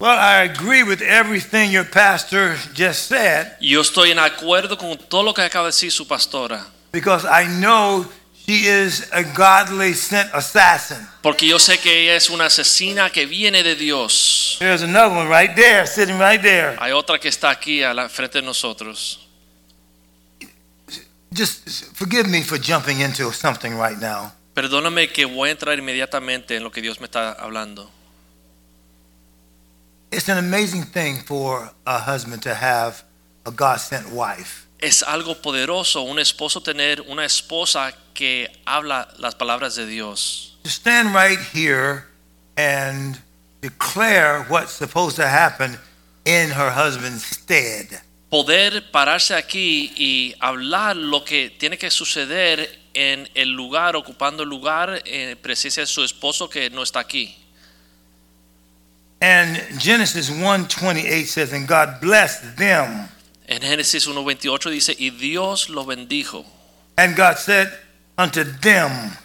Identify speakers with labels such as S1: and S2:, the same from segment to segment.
S1: Well, I agree with everything your pastor just said
S2: Yo estoy en acuerdo con todo lo que acaba de decir su pastora,
S1: because I know she is a godly sent assassin.
S2: porque yo sé que ella es una asesina que viene de Dios.
S1: There's another one right there, sitting right there.
S2: Hay otra que está aquí a la frente de nosotros.
S1: Just forgive me for jumping into something right now.
S2: Perdóname que voy a entrar inmediatamente en lo que Dios me está hablando.
S1: It's an amazing thing for a husband to have a God sent wife.
S2: Es algo poderoso un esposo tener una esposa que habla las palabras de Dios.
S1: To stand right here and declare what's supposed to happen in her husband's stead.
S2: Poder pararse aquí y hablar lo que tiene que suceder en el lugar, ocupando el lugar en presencia de su esposo que no está aquí.
S1: And Genesis 1:28 says, "And God blessed them."
S2: En Génesis 1.28 dice, y Dios lo bendijo.
S1: And God said unto them,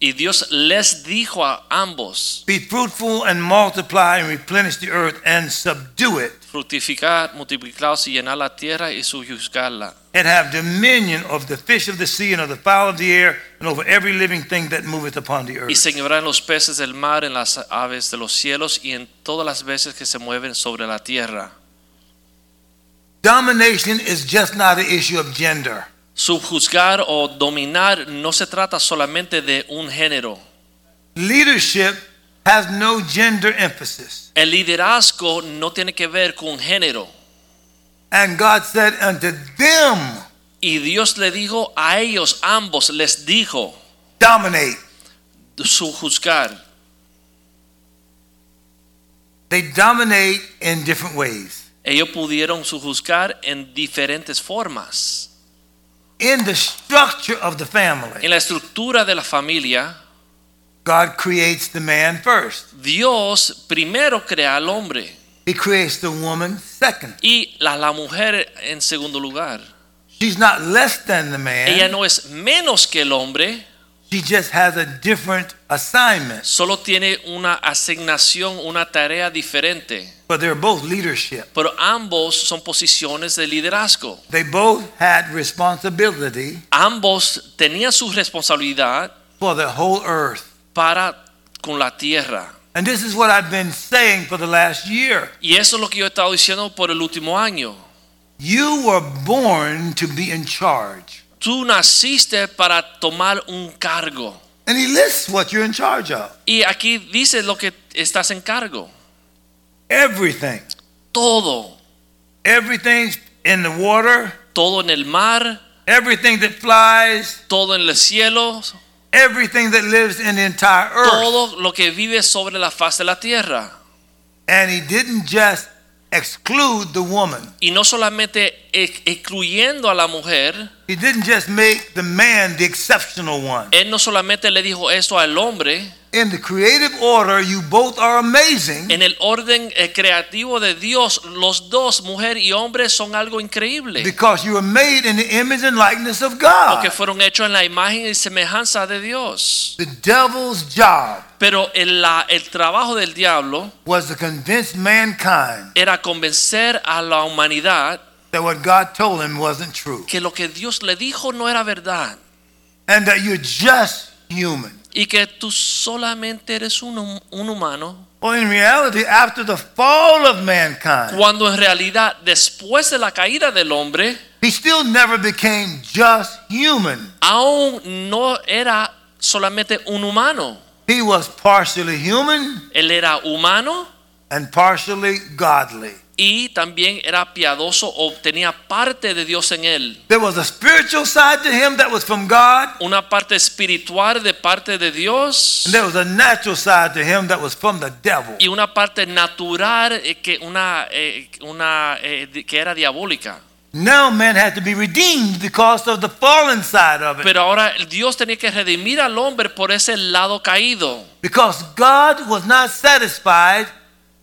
S2: Y Dios les dijo a ambos,
S1: Be fruitful and multiply and replenish the earth and subdue it,
S2: fructificad, multiplicaos y llenad la tierra y sojuzgadla.
S1: and have dominion over the fish of the sea and of the fowl of the air and over every living thing that moveth upon the
S2: Y
S1: earth.
S2: señorar en los peces del mar, en las aves de los cielos y en todas las veces que se mueven sobre la tierra.
S1: Domination is just not an issue of gender.
S2: Subjuzgar o dominar no se trata solamente de un género.
S1: Leadership has no gender emphasis.
S2: El liderazgo no tiene que ver con género.
S1: And God said unto them,
S2: Y Dios le dijo a ellos, ambos les dijo,
S1: Dominate.
S2: subjuzgar.
S1: They dominate in different ways.
S2: Ellos pudieron sujuzgar en diferentes formas.
S1: In the structure of the family,
S2: En la estructura de la familia,
S1: God creates the man first.
S2: Dios primero crea al hombre
S1: He creates the woman second.
S2: y la, la mujer en segundo lugar.
S1: She's not less than the
S2: Ella
S1: man.
S2: no es menos que el hombre,
S1: She just has a different assignment.
S2: solo tiene una asignación, una tarea diferente.
S1: But they're both leadership.
S2: Pero ambos son posiciones de liderazgo.
S1: They both had responsibility
S2: Ambos tenían su responsabilidad
S1: for the whole earth.
S2: para con la tierra.
S1: And this is what I've been saying for the last year.
S2: Y eso es lo que yo he estado diciendo por el último año.
S1: You were born to be in charge.
S2: Tú naciste para tomar un cargo.
S1: And he lists what you're in charge of.
S2: Y aquí dice lo que estás en cargo.
S1: Everything.
S2: Todo.
S1: Everything in the water,
S2: Todo en el mar,
S1: everything that flies,
S2: todo en el cielo,
S1: everything that lives in the entire earth.
S2: todo lo que vive sobre la faz de la tierra.
S1: And he didn't just exclude the woman.
S2: Y no solamente ex- excluyendo a la mujer,
S1: He didn't just make the man the exceptional one.
S2: él no solamente le dijo eso al hombre,
S1: In the creative order, you both are amazing,
S2: en el orden eh, creativo de Dios, los dos, mujer y hombre, son algo increíble,
S1: because you are made in the image and likeness of God.
S2: porque fueron hechos en la imagen y semejanza de Dios.
S1: The devil's job
S2: Pero el, la- el trabajo del diablo
S1: was to convince mankind
S2: era convencer a la humanidad
S1: that what God told him wasn't true
S2: que lo que Dios le dijo no era verdad
S1: and that you're just human.
S2: y que tú solamente eres un, hum- un humano,
S1: Well, in reality, after the fall of mankind,
S2: cuando en realidad después de la caída del hombre,
S1: he still never became just human.
S2: aún no era solamente un humano,
S1: He was partially human
S2: él era humano
S1: and partially godly.
S2: y también era piadoso o tenía parte de Dios en él.
S1: There was a spiritual side to him that was from God,
S2: Una parte espiritual de parte de Dios
S1: and there was a natural side to him that was from the devil.
S2: y una parte natural eh, que, una, eh, una, eh, di- que era diabólica.
S1: Now man had to be redeemed because of the fallen side of it.
S2: Pero ahora Dios tenía que redimir al hombre por ese lado caído.
S1: Because God was not satisfied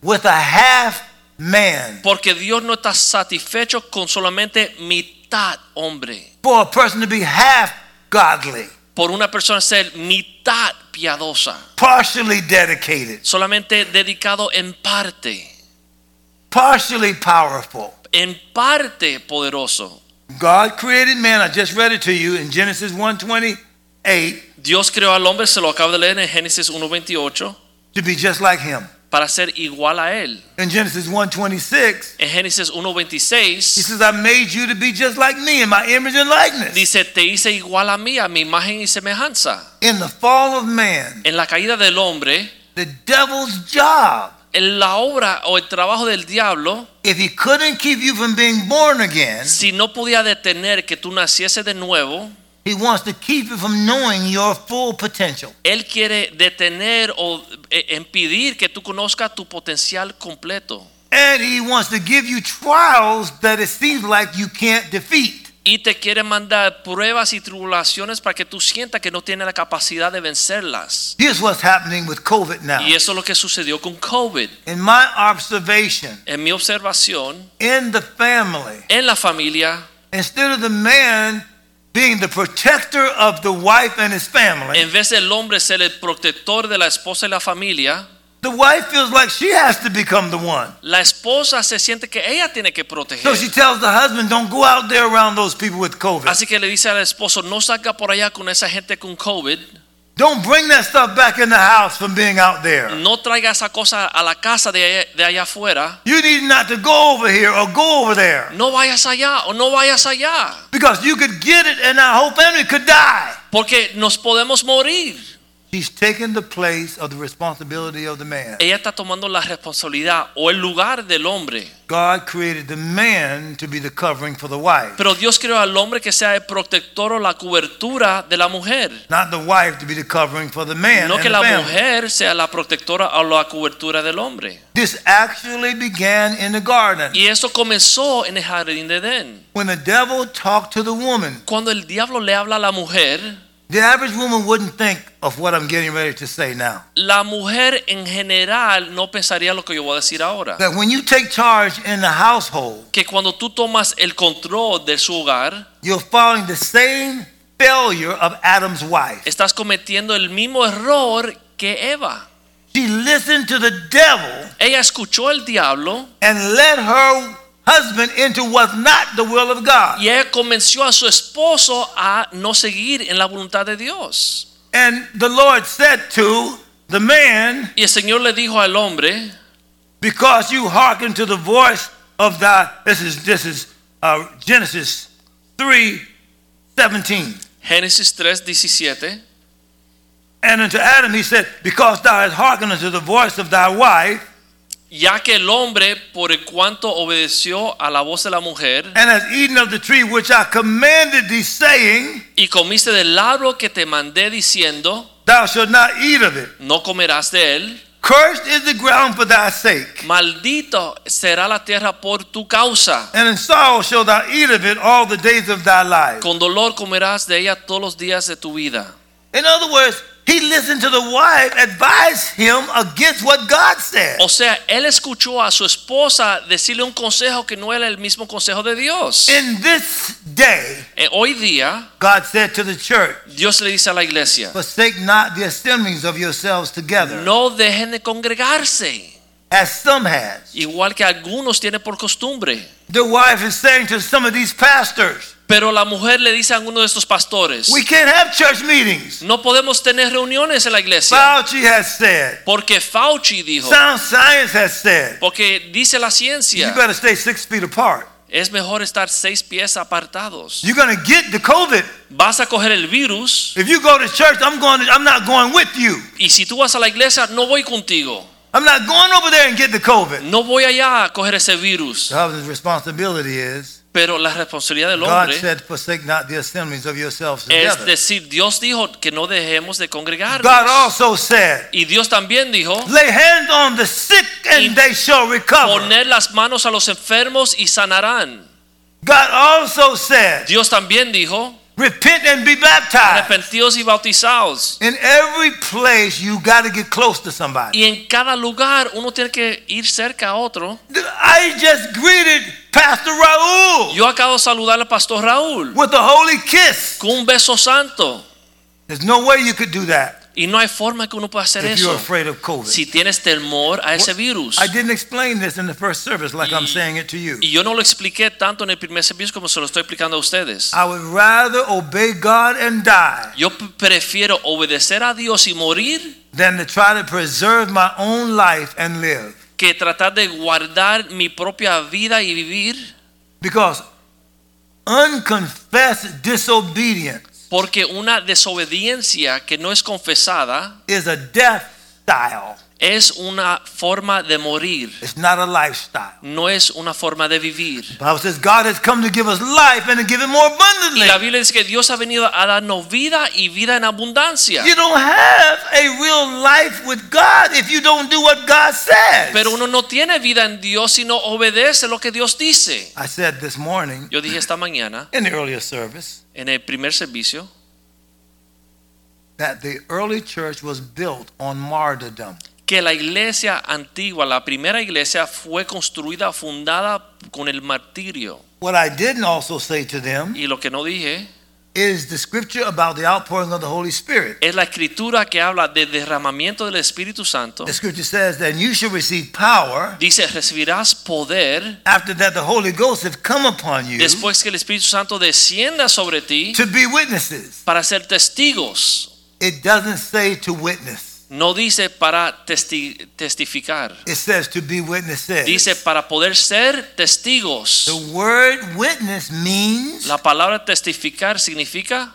S1: with a half man.
S2: Porque Dios no está satisfecho con solamente mitad hombre.
S1: For a person to be half godly,
S2: Por una persona ser mitad piadosa.
S1: partially dedicated,
S2: Solamente dedicado en parte.
S1: partially powerful.
S2: En parte poderoso.
S1: God created man, I just read it to you in Genesis 1:28,
S2: Dios creó al hombre, se lo acabo de leer en Génesis 1.28,
S1: to be just like him.
S2: para ser igual a él.
S1: In Genesis 1:26,
S2: En Génesis
S1: he
S2: 1.26
S1: says, "I made you to be just like me in my image and likeness."
S2: dice, te hice igual a mí, a mi imagen y semejanza.
S1: In the fall of man,
S2: En la caída del hombre,
S1: the devil's job,
S2: en la obra o el trabajo del diablo,
S1: if he couldn't keep you from being born again,
S2: si no podía detener que tú naciese de nuevo,
S1: He wants to keep you from knowing your full potential.
S2: Él quiere detener o eh, impedir que tú conozcas tu potencial completo.
S1: And he wants to give you trials that it seems like you can't defeat.
S2: Y te quiere mandar pruebas y tribulaciones para que tú sientas que no tienes la capacidad de vencerlas.
S1: Here's what's happening with COVID now.
S2: Y eso es lo que sucedió con COVID.
S1: In my observation,
S2: En mi observación,
S1: in the family,
S2: en la familia,
S1: instead of the man being the protector of the wife and his family,
S2: en vez del hombre ser el protector de la esposa y la familia,
S1: the wife feels like she has to become the one.
S2: la esposa se siente que ella tiene que
S1: So she
S2: proteger.
S1: tells the husband, don't go out there around those people with COVID.
S2: Así que le dice al esposo, no salga por allá con esa gente con COVID.
S1: Don't bring that stuff back in the house from being out there.
S2: No traiga esa cosa a la casa de allá, de allá afuera.
S1: You need not to go over here or go over there
S2: No vayas allá o no vayas allá.
S1: because you could get it and our whole family could die.
S2: Porque nos podemos morir.
S1: She's taking the place of the responsibility of the man.
S2: Ella está tomando la responsabilidad o el lugar del hombre.
S1: God created the man to be the covering for the wife,
S2: Pero Dios creó al hombre que sea el protector o la cobertura de la mujer.
S1: not the wife to be the covering for the man.
S2: No
S1: and
S2: que
S1: the
S2: la
S1: family.
S2: mujer sea la protectora o la cobertura del hombre.
S1: This actually began in the garden
S2: Y eso comenzó en el jardín de Edén.
S1: when the devil talked to the woman.
S2: Cuando el diablo le habla a la mujer,
S1: The average woman wouldn't think of what I'm getting ready to say now.
S2: la mujer en general no pensaría lo que yo voy a decir ahora.
S1: That when you take charge in the household,
S2: que cuando tú tomas el control de su hogar,
S1: you're following the same failure of Adam's wife.
S2: estás cometiendo el mismo error que Eva.
S1: She listened to the devil
S2: Ella escuchó al diablo
S1: and led her husband into what's not the will of God.
S2: y ella convenció a su esposo a no seguir en la voluntad de Dios.
S1: And the Lord said to the man,
S2: Y el Señor le dijo al hombre,
S1: Because you hearken to the voice of thy this is this is uh, Genesis three seventeen.
S2: Génesis 3:17,
S1: And unto Adam he said, Because thou hast hearkened unto the voice of thy wife,
S2: ya que el hombre, por el cuanto obedeció a la voz de la mujer,
S1: and hast eaten of the tree which I commanded thee, saying,
S2: y comiste del árbol que te mandé diciendo,
S1: Thou shalt not eat of it.
S2: no comerás de él,
S1: Cursed is the ground for thy sake,
S2: maldito será la tierra por tu causa.
S1: and in sorrow shalt thou eat of it all the days of thy life.
S2: Con dolor comerás de ella todos los días de tu vida.
S1: In other words, he listened to the wife advise him against what God said.
S2: O sea, él escuchó a su esposa decirle un consejo que no era el mismo consejo de Dios.
S1: In this day,
S2: Eh, hoy día,
S1: God said to the church,
S2: Dios le dice a la iglesia,
S1: Forsake not the assemblies of yourselves together,
S2: no dejen de congregarse,
S1: as some has.
S2: igual que algunos tienen por costumbre.
S1: The wife is saying to some of these pastors,
S2: Pero la mujer le dice a uno de estos pastores,
S1: We can't have church meetings.
S2: no podemos tener reuniones en la iglesia,
S1: Fauci has said,
S2: porque Fauci dijo,
S1: sound science has said,
S2: porque dice la
S1: you
S2: ciencia,
S1: better stay six feet apart.
S2: es mejor estar seis pies apartados.
S1: You're gonna get the COVID.
S2: Vas a coger el virus
S1: If you go to church, I'm going. To, I'm not going with you.
S2: Y si tú vas a la iglesia, no voy contigo.
S1: I'm not going over there and get the COVID.
S2: No voy allá a coger ese virus,
S1: God's responsibility is
S2: pero la responsabilidad del
S1: God
S2: hombre
S1: said, forsake not the assemblies of yourselves
S2: es
S1: together.
S2: decir, Dios dijo que no dejemos de
S1: God
S2: congregarnos.
S1: also said,
S2: Y Dios también dijo
S1: lay hands on the sick and they shall recover.
S2: poner las manos a los enfermos y sanarán.
S1: God also said,
S2: Dios también dijo
S1: repent and be baptized.
S2: arrepentidos y bautizados.
S1: In every place, you got to get close to somebody.
S2: Y en cada lugar uno tiene que ir cerca a otro.
S1: I just greeted Pastor Raul
S2: Yo acabo de saludar al pastor Raúl
S1: with a holy kiss.
S2: con un beso santo.
S1: There's no way you could do that
S2: Y no hay forma que uno pueda hacer
S1: if you're
S2: eso
S1: afraid of COVID.
S2: si tienes temor a ese virus.
S1: I didn't explain this in the first service like I'm saying it to you.
S2: Y yo no lo expliqué tanto en el primer servicio como se lo estoy explicando a ustedes.
S1: I would rather obey God and die
S2: Yo p- prefiero obedecer a Dios y morir
S1: than to try to preserve my own life and live.
S2: que tratar de guardar mi propia vida y vivir.
S1: Because unconfessed disobedience
S2: Porque una desobediencia que no es confesada
S1: is a deathstyle.
S2: es una forma de morir,
S1: It's not a lifestyle.
S2: no es una forma de vivir.
S1: The Bible says God has come to give us life and to give it more
S2: Y
S1: abundantly.
S2: la Biblia dice que Dios ha venido a darnos vida y vida en abundancia.
S1: You don't have a real life with God if you don't do what God says.
S2: Pero uno no tiene vida en Dios si no obedece lo que Dios dice.
S1: I said this morning
S2: Yo dije esta mañana
S1: in the earlier service
S2: en el primer servicio
S1: that the early church was built on martyrdom.
S2: que la iglesia antigua, la primera iglesia, fue construida, fundada con el martirio.
S1: What I didn't also say to them
S2: Y lo que no dije
S1: is the scripture about the outpouring of the Holy Spirit.
S2: es la escritura que habla de derramamiento del Espíritu Santo.
S1: The scripture says, Then you shall receive power
S2: Dice, recibirás poder
S1: after that the Holy Ghost have come upon you
S2: después que el Espíritu Santo descienda sobre ti
S1: to be witnesses.
S2: para ser testigos.
S1: It doesn't say to witness,
S2: No dice para testi- testificar.
S1: it says to be witnesses.
S2: Dice para poder ser testigos.
S1: the word witness means
S2: La palabra testificar significa,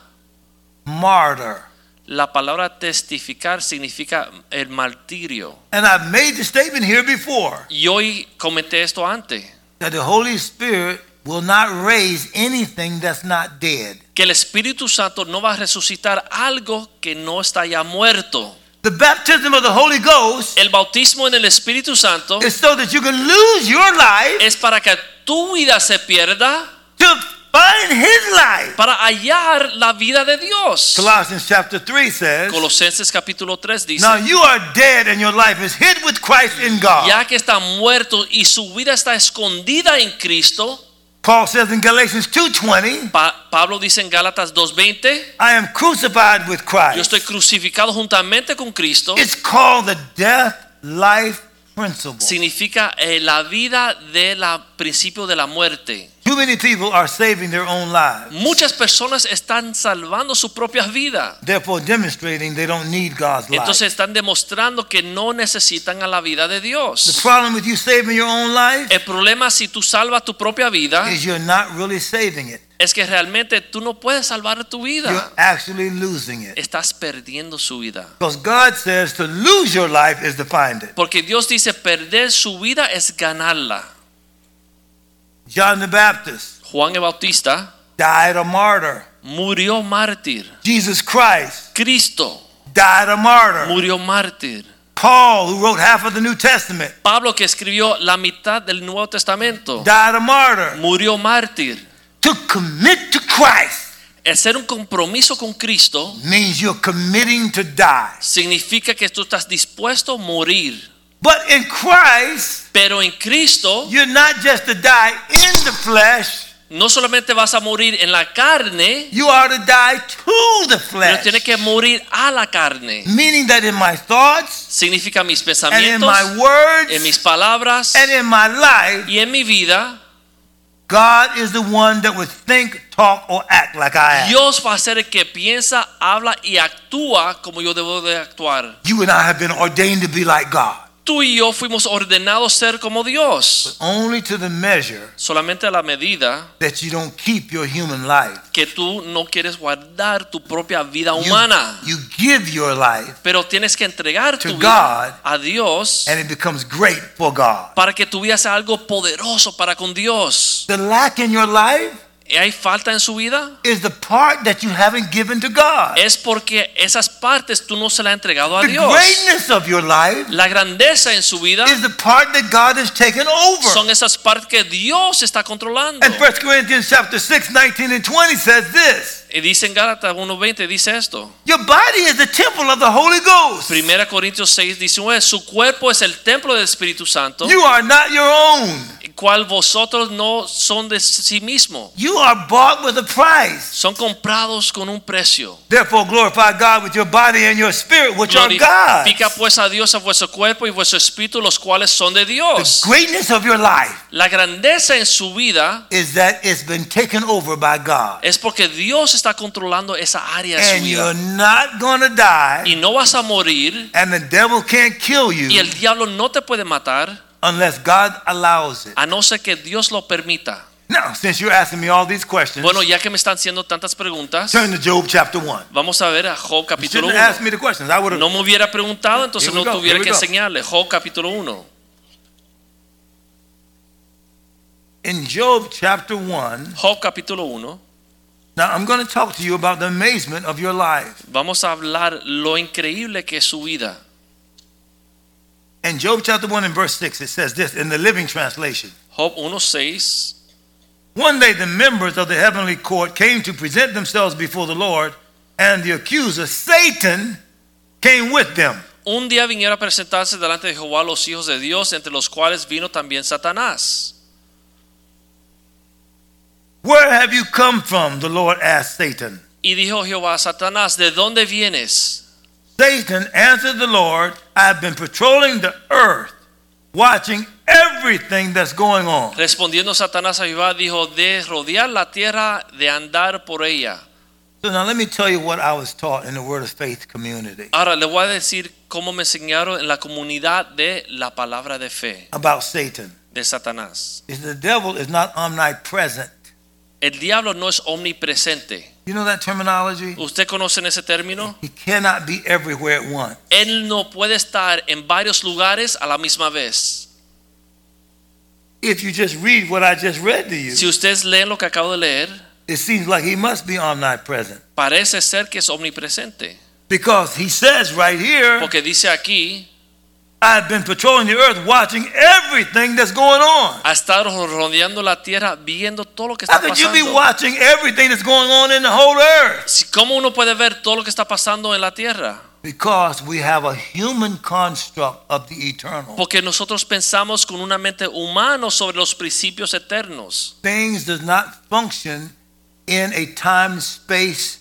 S1: martyr.
S2: la palabra testificar significa el martirio.
S1: And I've made the statement here before
S2: Y hoy comenté esto antes,
S1: that the Holy Spirit will not raise anything that's not dead.
S2: que el Espíritu Santo no va a resucitar algo que no está ya muerto.
S1: The baptism of the Holy Ghost
S2: El bautismo en el Espíritu Santo
S1: is so that you can lose your life
S2: es para que tu vida se pierda,
S1: to find His life.
S2: para hallar la vida de Dios.
S1: Colossians chapter 3 says,
S2: Colosenses capítulo 3 dice,
S1: Now you are dead and your life is hid with Christ in God.
S2: ya que está muerto y su vida está escondida en Cristo,
S1: Paul says in Galatians 2:20,
S2: Pa- Pablo dice en Gálatas 2:20,
S1: I am crucified with
S2: yo estoy
S1: Christ.
S2: crucificado juntamente con Cristo.
S1: It's called the death life principle.
S2: Significa eh, la vida del principio de la muerte.
S1: Too many people are saving their own lives.
S2: Muchas personas están salvando su propia vida.
S1: therefore demonstrating they don't need God's life.
S2: Entonces están demostrando que no necesitan a la vida de
S1: the
S2: Dios.
S1: problem with you saving your own life
S2: El problema si tú salvas tu propia vida
S1: is you're not really saving it.
S2: es que realmente tú no puedes salvar tu
S1: You're
S2: vida.
S1: actually losing it.
S2: Estás perdiendo su vida.
S1: Because God says to lose your life is to find it.
S2: Porque Dios dice perder su vida es ganarla.
S1: John the Baptist
S2: Juan el Bautista
S1: died a martyr.
S2: murió mártir.
S1: Jesus Christ
S2: Cristo
S1: died a martyr.
S2: murió mártir.
S1: Paul, who wrote half of the New Testament,
S2: Pablo que escribió la mitad del Nuevo Testamento
S1: died a martyr.
S2: murió mártir.
S1: To commit to Christ
S2: Hacer un compromiso con Cristo
S1: means you're committing to die.
S2: significa que tú estás dispuesto a morir.
S1: But in Christ,
S2: Pero en Cristo
S1: you're not just to die in the flesh,
S2: no solamente vas a morir en la carne,
S1: You are to die to the
S2: pero
S1: flesh.
S2: tienes que morir a la carne.
S1: Meaning that in my thoughts
S2: Significa mis
S1: and in
S2: pensamientos,
S1: my words
S2: en mis palabras
S1: and in my life,
S2: y en mi vida.
S1: God is the one that would think, talk, or act like I am.
S2: Dios va a ser el que piensa, habla y actúa como yo debo de actuar.
S1: You and I have been ordained to be like God.
S2: tú y yo fuimos ordenados ser como Dios.
S1: only to the measure
S2: Solamente a la medida
S1: that you don't keep your human life.
S2: que tú no quieres guardar tu propia vida
S1: You-
S2: humana,
S1: You, give your life
S2: pero tienes que entregar
S1: To
S2: tu vida
S1: God.
S2: a Dios
S1: and it becomes great for God.
S2: para que tu vida sea algo poderoso para con Dios.
S1: The lack in your life
S2: ¿Hay falta en su vida?
S1: is the part that you haven't given to God.
S2: Es porque esas partes tú no se las has entregado
S1: Uh,
S2: a
S1: The
S2: Dios.
S1: greatness of your life
S2: La grandeza en su vida
S1: is the part that God has taken
S2: son
S1: over.
S2: esas partes que Dios está controlando.
S1: And 1 Corinthians chapter 6, 19 and 20 says this.
S2: Y dice en Gálatas 1.20, dice esto.
S1: Your body is the temple of the Holy Ghost.
S2: Primera Corintios 6, 19, su cuerpo es el templo del Espíritu Santo,
S1: You are not your own.
S2: el cual vosotros no son de sí mismo,
S1: You are bought with a price.
S2: son comprados con un precio.
S1: Therefore glorify God with your body and your spirit, which are God.
S2: Glorifica pues a Dios a vuestro cuerpo y vuestro espíritu, los cuales son de
S1: The
S2: Dios.
S1: greatness of your life
S2: La grandeza en su vida
S1: is that it's been taken over by God.
S2: es porque Dios está controlando esa área de su
S1: And you're
S2: vida.
S1: not going to die,
S2: Y no vas a morir
S1: and the devil can't kill
S2: y
S1: you
S2: el diablo no te puede matar
S1: unless God allows it.
S2: a no ser que Dios lo permita.
S1: Now, since you're asking me all these questions,
S2: Bueno, ya que me están haciendo tantas preguntas,
S1: turn to Job chapter 1.
S2: vamos a ver a Job
S1: You
S2: capítulo
S1: shouldn't
S2: 1.
S1: have asked me the questions. I would have.
S2: no me hubiera preguntado, entonces
S1: Here we
S2: no
S1: go,
S2: tuviera
S1: here we
S2: que
S1: go.
S2: enseñarle. Job capítulo 1.
S1: In Job chapter 1,
S2: Job capítulo 1.
S1: now I'm going to talk to you about the amazement of your life.
S2: Vamos a hablar lo increíble que es su vida.
S1: In Job chapter 1 and verse 6, it says this in the Living Translation.
S2: Job 1.6.
S1: One day the members of the heavenly court came to present themselves before the Lord, and the accuser, Satan, came with them.
S2: Un día vinieron a presentarse delante de Jehová los hijos de Dios, entre los cuales vino también Satanás.
S1: Where have you come from? The Lord asked Satan.
S2: Y dijo Jehová a Satanás, ¿de dónde vienes?
S1: Satan answered the Lord, I've been patrolling the earth, watching everything that's going on.
S2: Respondiendo Satanás a Jehová, dijo, de rodear la tierra, de andar por ella.
S1: So now let me tell you what I was taught in the Word of Faith community
S2: Ahora le voy a decir cómo me enseñaron en la comunidad de la palabra de fe
S1: about Satan.
S2: de Satanás.
S1: Is the devil is not omnipresent.
S2: El diablo no es omnipresente.
S1: You know that terminology?
S2: ¿Usted conoce ese término?
S1: He cannot be everywhere at once.
S2: Él no puede estar en varios lugares a la misma vez.
S1: If you just read what I just read to you,
S2: Si ustedes leen lo que acabo de leer,
S1: it seems like he must be omnipresent
S2: parece ser que es omnipresente.
S1: because he says right here,
S2: Porque dice aquí,
S1: I've been patrolling the earth watching everything that's going on.
S2: ha estado rodeando la tierra viendo todo lo que
S1: How
S2: está
S1: could you be
S2: pasando.
S1: watching everything that's going on in the whole earth?
S2: Si- ¿Cómo uno puede ver todo lo que está pasando en la tierra?
S1: Because we have a human construct of the eternal.
S2: Porque nosotros pensamos con una mente humana sobre los principios eternos.
S1: Things does not function in a time space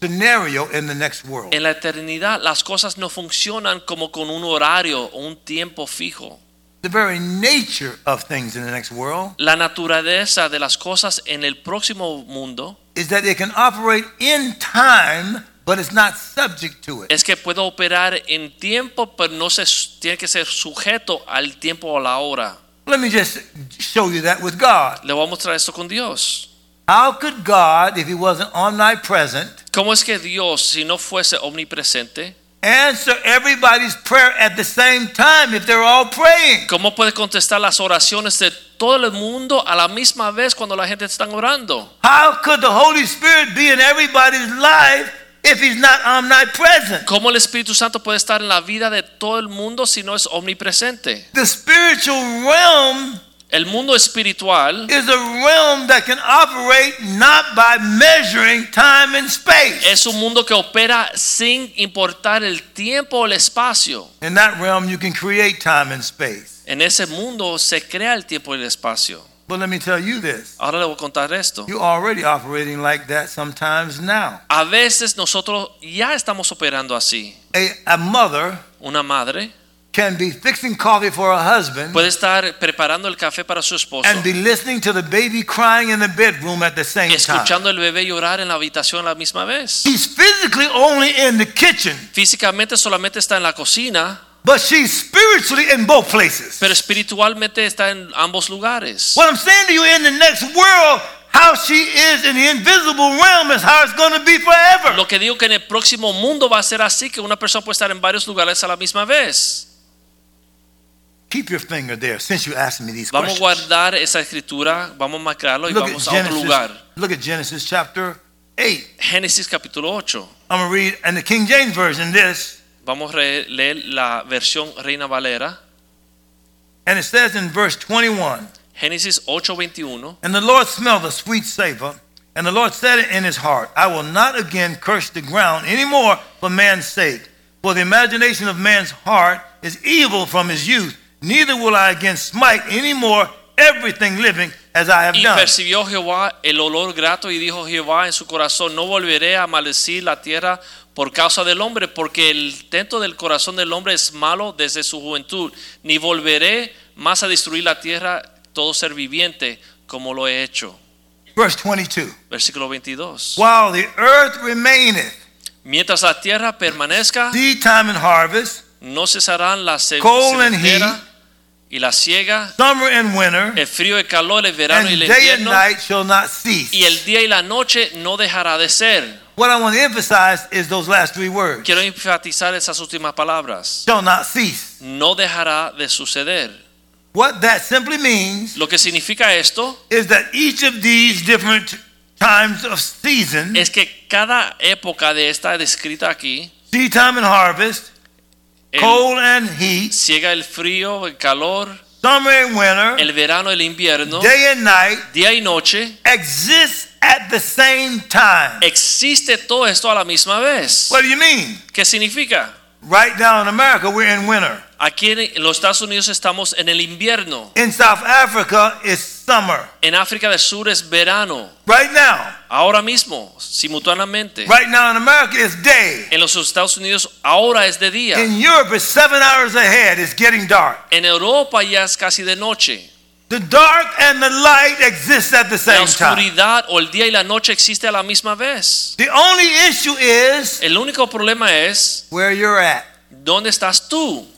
S1: scenario in the next world.
S2: En la eternidad las cosas no funcionan como con un horario o un tiempo fijo.
S1: The very nature of things in the next world
S2: La naturaleza de las cosas en el próximo mundo
S1: is that it can operate in time, but it's not subject to it.
S2: es que puede operar en tiempo, pero no se tiene que ser sujeto al tiempo o la hora.
S1: Let me just show you that with God.
S2: Le voy a mostrar esto con Dios.
S1: How could God, if He wasn't omnipresent,
S2: ¿Cómo es que Dios, si no fuese omnipresente,
S1: answer everybody's prayer at the same time if they're all praying?
S2: cómo puede contestar las oraciones de todo el mundo a la misma vez cuando la gente está orando?
S1: How could the Holy Spirit be in everybody's life if He's not omnipresent?
S2: ¿Cómo el Espíritu Santo puede estar en la vida de todo el mundo si no es omnipresente?
S1: The spiritual realm
S2: El mundo espiritual
S1: is a realm that can operate not by measuring time and space.
S2: es un mundo que opera sin importar el tiempo o el espacio.
S1: In that realm, you can create time and space.
S2: En ese mundo se crea el tiempo y el espacio.
S1: But let me tell you this.
S2: Ahora le voy a contar esto.
S1: You're already operating like that sometimes now.
S2: A veces nosotros ya estamos operando así.
S1: A, a mother
S2: Una madre
S1: can be fixing coffee for her husband
S2: puede estar preparando el café para su esposo,
S1: and be listening to the baby crying in the bedroom at the same time.
S2: escuchando al bebé llorar en la habitación a la misma vez.
S1: She's physically only in the kitchen,
S2: Físicamente solamente está en la cocina,
S1: but she's spiritually in both places.
S2: pero espiritualmente está en ambos lugares.
S1: What I'm saying to you in the next world, how she is in the invisible realm is how it's going to be forever.
S2: Lo que digo que en el próximo mundo va a ser así, que una persona puede estar en varios lugares a la misma vez.
S1: Keep your finger there since you asked me these
S2: Vamos a
S1: questions.
S2: guardar esa escritura, vamos a marcarlo y
S1: Look at,
S2: vamos a otro
S1: Genesis,
S2: lugar.
S1: look at Genesis chapter 8.
S2: Génesis capítulo 8.
S1: I'm going to read in the King James Version this.
S2: Vamos a re- leer la versión Reina Valera.
S1: And it says in verse 21
S2: Génesis 8:21.
S1: And the Lord smelled the sweet savor. And the Lord said in his heart, I will not again curse the ground anymore for man's sake. For the imagination of man's heart is evil from his youth. Neither will I again smite anymore everything living as I have
S2: Y
S1: done.
S2: percibió Jehová el olor grato y dijo Jehová en su corazón, no volveré a maldecir la tierra por causa del hombre, porque el tento del corazón del hombre es malo desde su juventud, ni volveré más a destruir la tierra todo ser viviente como lo he hecho.
S1: Verse 22
S2: Versículo 22.
S1: While the earth remaineth,
S2: Mientras la tierra permanezca,
S1: seed time and harvest,
S2: no cesarán la se-
S1: Cold and
S2: sementera y la ciega,
S1: summer and winter,
S2: el frío, el calor, el verano
S1: and
S2: y el
S1: day and
S2: invierno,
S1: night shall not cease.
S2: y el día y la noche no dejará de ser.
S1: What I want to emphasize is those last three words
S2: Quiero enfatizar esas últimas palabras.
S1: shall not cease.
S2: No dejará de suceder.
S1: What that simply means
S2: Lo que significa esto
S1: is that each of these different times of season,
S2: es que cada época de esta descrita aquí,
S1: seed time and harvest,
S2: el-
S1: cold and heat,
S2: ciega el frío, el calor,
S1: summer and winter,
S2: el verano, el invierno,
S1: day and night,
S2: día y noche,
S1: exists at the same time.
S2: existe todo esto a la misma vez.
S1: What do you mean?
S2: ¿Qué significa?
S1: Right now in America, we're in winter.
S2: Aquí en los Estados Unidos estamos en el invierno.
S1: In South Africa, it's summer.
S2: En África del Sur es verano.
S1: Right now,
S2: Ahora mismo, simultáneamente.
S1: right now in America, it's day.
S2: En los Estados Unidos ahora es de día.
S1: In Europe, it's seven hours ahead. It's getting dark.
S2: En Europa ya es casi de noche.
S1: The dark and the light exist at the
S2: La
S1: same time.
S2: oscuridad o el día y la noche existe a la misma vez.
S1: The only issue is
S2: El único problema es
S1: where you're at.
S2: dónde estás tú.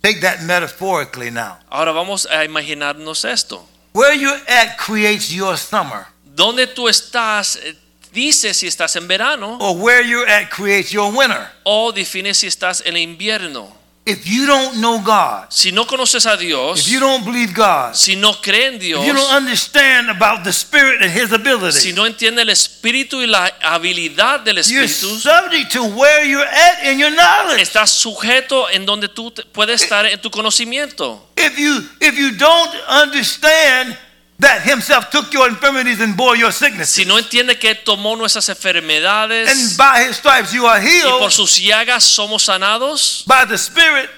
S1: Take that metaphorically now.
S2: Ahora vamos a imaginarnos esto.
S1: Where you're at creates your summer,
S2: ¿Dónde tú estás? eh, Dice si estás en verano
S1: or where you're at creates your winter.
S2: o define si estás en invierno.
S1: If you don't know God,
S2: Si no conoces a Dios,
S1: if you don't believe God,
S2: si no cree en Dios,
S1: if you don't understand about the Spirit and His
S2: si
S1: ability,
S2: no entiende el espíritu y la habilidad del
S1: you're
S2: espíritu,
S1: subject to where you're at in your knowledge.
S2: estás sujeto en donde tú te-
S1: Eh.
S2: puedes estar en tu conocimiento.
S1: If you if you don't understand that Himself took your infirmities and bore your
S2: Si
S1: sicknesses,
S2: no entiende que Él tomó nuestras enfermedades
S1: and by His stripes you are
S2: y por
S1: healed
S2: sus llagas somos sanados
S1: by the Spirit,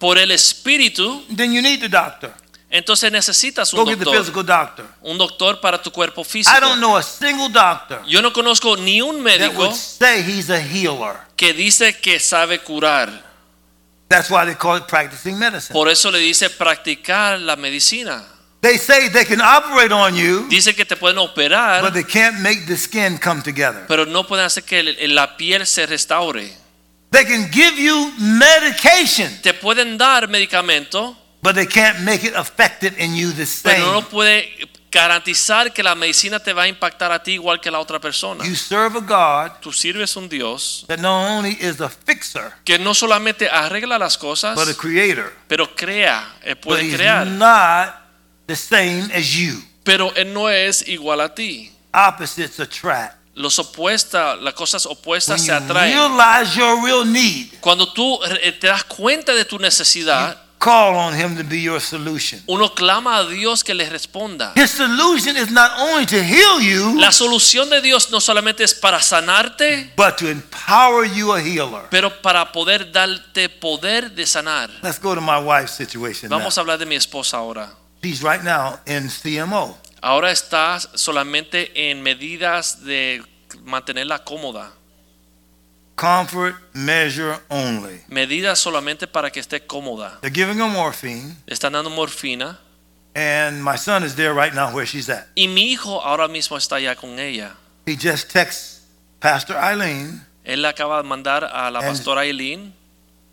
S2: por el Espíritu,
S1: then you need the doctor.
S2: entonces necesitas
S1: Go
S2: un
S1: get the
S2: doctor,
S1: physical doctor.
S2: un doctor para tu cuerpo físico.
S1: I don't know a single doctor
S2: Yo no conozco ni un
S1: that
S2: médico
S1: would say he's a healer.
S2: que dice que sabe curar.
S1: That's why they call it practicing medicine.
S2: Por eso le dice practicar la medicina.
S1: They say they can operate on you,
S2: Dice que te pueden
S1: but
S2: operar,
S1: they can't make the skin come together.
S2: pero no pueden hacer que el- la piel se restaure.
S1: They can give you medication,
S2: Te pueden dar medicamento,
S1: but they can't make it effective in you the
S2: pero
S1: same.
S2: no puede garantizar que la medicina te va a impactar a ti igual que la otra persona.
S1: You serve a God
S2: tú sirves un Dios
S1: that not only is a fixer,
S2: que no solamente arregla las cosas,
S1: but a creator.
S2: pero crea, Él
S1: But
S2: puede
S1: he's
S2: crear,
S1: not the same as you.
S2: pero Él no es igual a ti.
S1: Opposites attract.
S2: Los opuestas, las cosas opuestas
S1: When
S2: se
S1: you
S2: atraen.
S1: realize your real need,
S2: Cuando tú eh, te das cuenta de tu necesidad,
S1: call on him to be your solution.
S2: uno clama a Dios que le responda.
S1: His solution is not only to heal you,
S2: La solución de Dios no solamente es para sanarte,
S1: but to empower you a healer.
S2: pero para poder darte poder de sanar.
S1: Let's go to my wife's situation now.
S2: Vamos a hablar de mi esposa ahora.
S1: She's right now in CMO.
S2: Ahora está solamente en medidas de mantenerla cómoda.
S1: Comfort measure only.
S2: medidas solamente para que esté cómoda.
S1: They're giving her morphine,
S2: Le están dando morfina
S1: and my son is there right now where she's at.
S2: y mi hijo ahora mismo está allá con ella.
S1: He just texts Pastor Eileen.
S2: Él le acaba de mandar a la
S1: And-
S2: pastora Eileen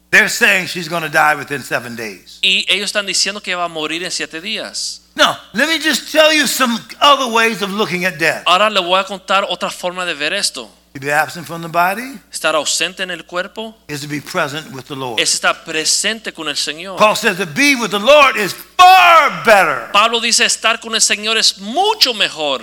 S1: They're saying she's going to die within seven days.
S2: Y ellos están diciendo que va a morir en siete días.
S1: Now, let me just tell you some other ways of looking at death.
S2: Ahora le voy a contar otra forma de ver esto.
S1: To be absent from the body
S2: Estar ausente en el cuerpo
S1: is to be present with the Lord.
S2: es estar presente con el Señor.
S1: Paul says to be with the Lord is far better.
S2: Pablo dice estar con el Señor es mucho mejor.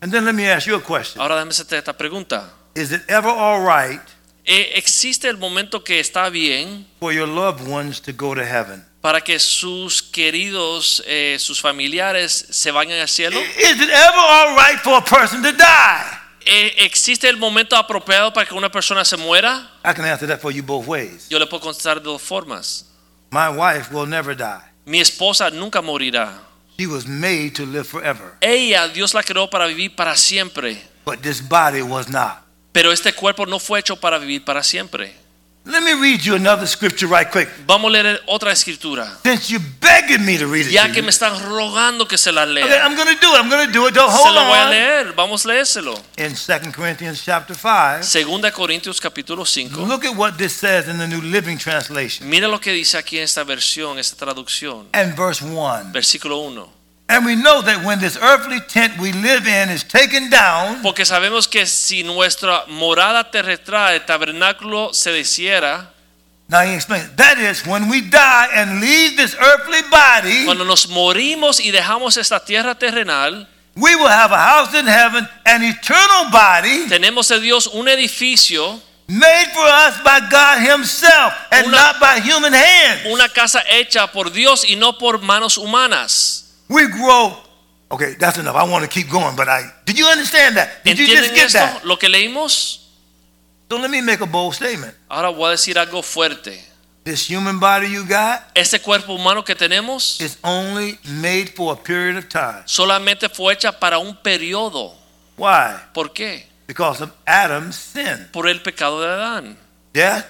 S1: And then let me ask you a question.
S2: Ahora déjame hacerte esta pregunta.
S1: Is it ever all right
S2: Eh, ¿Existe el momento que está bien
S1: for your loved ones to go to heaven?
S2: para que sus queridos, eh, sus familiares se vayan al cielo?
S1: Is it ever all right for a person to die?
S2: Eh, ¿Existe el momento apropiado para que una persona se muera?
S1: I can answer that for you both ways.
S2: Yo le puedo contestar de dos formas.
S1: My wife will never die.
S2: Mi esposa nunca morirá.
S1: She was made to live forever,
S2: Ella, Dios la creó para vivir para siempre,
S1: but this body was not.
S2: pero este cuerpo no fue hecho para vivir para siempre.
S1: Let me read you another scripture right quick.
S2: Vamos a leer otra escritura,
S1: Since you're begging me to read it,
S2: ya
S1: to
S2: que
S1: you.
S2: me están rogando que se la
S1: okay,
S2: lea.
S1: I'm going to do it. I'm going to do it. Don't
S2: Se
S1: hold
S2: la voy a
S1: on.
S2: leer, vamos a leérselo.
S1: In 2 Corinthians chapter 5,
S2: Segunda Corintios capítulo 5.
S1: look at what this says in the New Living Translation
S2: Mira lo que dice aquí en esta versión, esta traducción.
S1: and verse 1.
S2: Versículo 1.
S1: And we know that when this earthly tent we live in is taken down,
S2: Porque sabemos que si nuestra morada terrestre, el tabernáculo, se deshiera,
S1: now he explains, that is, when we die and leave this earthly body,
S2: cuando nos morimos y dejamos esta tierra terrenal,
S1: we will have a house in heaven, an eternal body
S2: tenemos de Dios un edificio,
S1: made for us by God Himself and
S2: Una-
S1: not by human hands.
S2: una casa hecha por Dios y no por manos humanas.
S1: We grow. Okay, that's enough. I want to keep going, but I did you understand that? Did you just
S2: ¿Entienden
S1: get
S2: esto?
S1: that?
S2: Lo que leímos.
S1: So let me make a bold statement.
S2: Ahora voy a decir algo fuerte.
S1: This human body you got
S2: Este cuerpo humano que tenemos
S1: is only made for a period of time.
S2: solamente fue hecha para un periodo.
S1: Why?
S2: ¿Por qué?
S1: Because of Adam's sin.
S2: Por el pecado de Adán.
S1: Death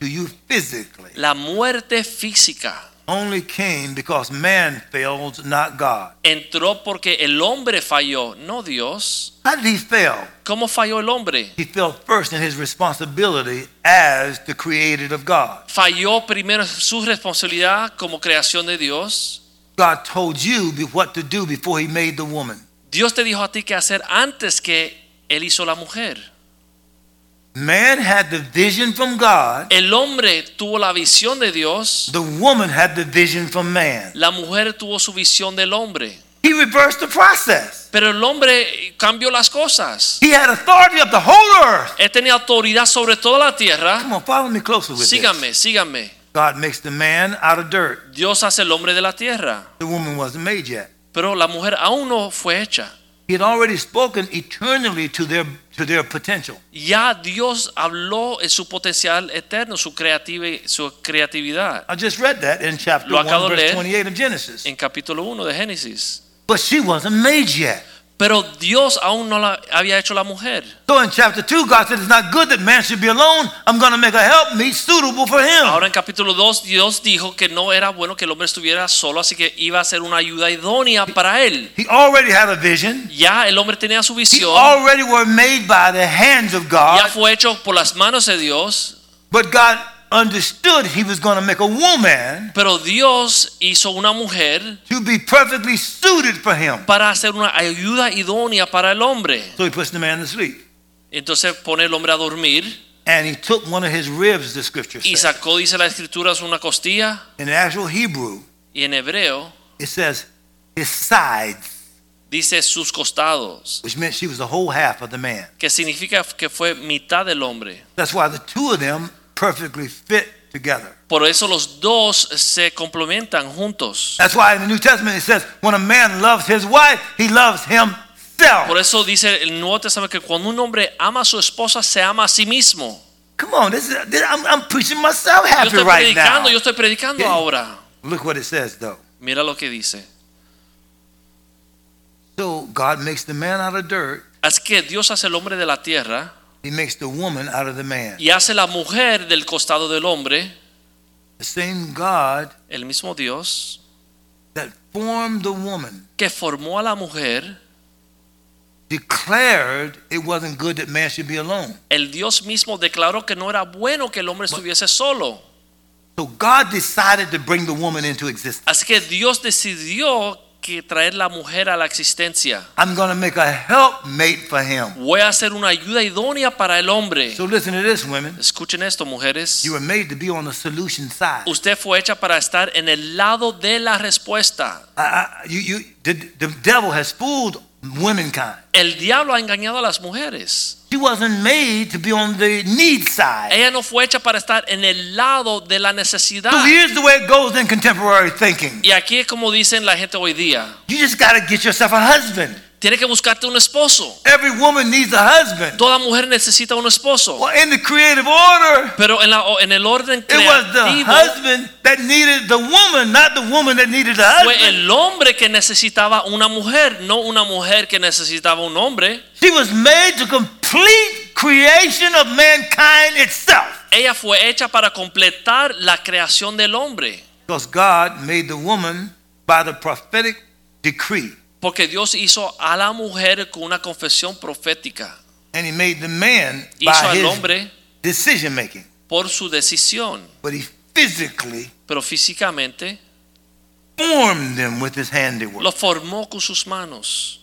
S1: to you physically
S2: La muerte física
S1: only came because man failed, not God.
S2: entró porque el hombre falló, no Dios.
S1: How did he fail?
S2: ¿Cómo falló el hombre?
S1: He fell first in his responsibility as the created of God.
S2: Falló primero su responsabilidad como creación de Dios.
S1: God told you be- what to do before he made the woman.
S2: Dios te dijo a ti qué hacer antes que él hizo la mujer.
S1: Man had the vision from God,
S2: El hombre tuvo la visión de Dios,
S1: the woman had the vision from man.
S2: la mujer tuvo su visión del hombre.
S1: He reversed the process.
S2: Pero el hombre cambió las cosas.
S1: He had authority of the whole earth.
S2: Él tenía autoridad sobre toda la tierra.
S1: Come on, follow me closely with this.
S2: Síganme, síganme.
S1: God makes the man out of dirt.
S2: Dios hace el hombre de la tierra,
S1: The woman wasn't made yet.
S2: pero la mujer aún no fue hecha.
S1: He had already spoken eternally to their to their potential.
S2: Ya Dios habló en su potencial eterno, su, creativa- su creatividad,
S1: I just read that in chapter
S2: Lo
S1: 1
S2: acabo de
S1: verse
S2: leer.
S1: 28 of Genesis.
S2: en capítulo 1 de Génesis.
S1: But she wasn't made yet.
S2: Pero Dios aún no la había hecho la mujer.
S1: So in chapter 2 God said it's not good that man should be alone. I'm going to make a helpmeet suitable for him.
S2: Ahora en capítulo 2 Dios dijo que no era bueno que el hombre estuviera solo, así que iba a ser una ayuda idónea para él.
S1: He already had a vision.
S2: Ya el hombre tenía su
S1: He
S2: visión,
S1: already were made by the hands of
S2: ya
S1: God.
S2: fue hecho por las manos de Dios,
S1: But God understood he was going to make a woman
S2: pero Dios hizo una mujer
S1: to be perfectly suited for him.
S2: para hacer una ayuda idónea para el hombre.
S1: So he puts the man to sleep.
S2: Entonces pone el hombre a dormir
S1: And he took one of his ribs, the scripture
S2: y
S1: says.
S2: sacó, dice la escritura, una costilla
S1: In actual Hebrew,
S2: y en hebreo
S1: it says his sides,
S2: dice sus costados,
S1: which meant she was the whole half of the man.
S2: que significa que fue mitad del hombre.
S1: That's why the two of them perfectly fit together.
S2: Por eso los dos se complementan juntos.
S1: That's why in the New Testament it says, when a man loves his wife, he loves
S2: Por
S1: himself.
S2: eso dice el Nuevo Testamento que cuando un hombre ama a su esposa se ama a sí mismo.
S1: Come on, this is, this- I'm, I'm preaching myself
S2: Yo
S1: happy
S2: estoy
S1: right now.
S2: predicando, yo estoy predicando
S1: Yeah.
S2: ahora.
S1: Look what it says, though.
S2: Mira lo que dice.
S1: So God makes the man out of dirt,
S2: Así que Dios hace el hombre de la tierra
S1: he makes the woman out of the man.
S2: y hace la mujer del costado del hombre,
S1: The same God
S2: el mismo Dios
S1: that formed the woman
S2: que formó a la mujer,
S1: declared it wasn't good that man should be alone.
S2: el Dios mismo declaró que no era bueno que el hombre estuviese solo.
S1: So God decided to bring the woman into existence.
S2: Así que Dios decidió que traer la mujer a la existencia.
S1: I'm going to make a helpmate for him.
S2: Voy a hacer una ayuda idónea para el hombre.
S1: So listen to this, women.
S2: Escuchen esto, mujeres.
S1: You were made to be on the solution side.
S2: Usted fue hecha para estar en el lado de la respuesta.
S1: I, I, you, you, the, the devil has fooled womankind.
S2: El diablo ha engañado a las mujeres.
S1: She wasn't made to be on the need side.
S2: Ella no fue hecha para estar en el lado de la necesidad.
S1: So here's the way it goes in contemporary thinking.
S2: Y aquí es como dicen la gente hoy día.
S1: You just got to get yourself a husband.
S2: Tiene que buscarte un esposo.
S1: Every woman needs a husband.
S2: Toda mujer necesita un esposo.
S1: Well, in the creative order,
S2: Pero en, la, en el orden
S1: it was the
S2: creativo
S1: husband that needed the woman, not the woman that needed the
S2: fue
S1: husband.
S2: el hombre que necesitaba una mujer, no una mujer que necesitaba un hombre.
S1: She was made to complete creation of mankind itself.
S2: Ella fue hecha para completar la creación del hombre.
S1: Because God made the woman by the prophetic decree,
S2: Porque Dios hizo a la mujer con una confesión profética.
S1: and He made the man
S2: Hizo
S1: by
S2: al
S1: his
S2: hombre
S1: decision making.
S2: por su decisión.
S1: But He physically
S2: Pero físicamente
S1: formed them with His handiwork,
S2: lo formó con sus manos.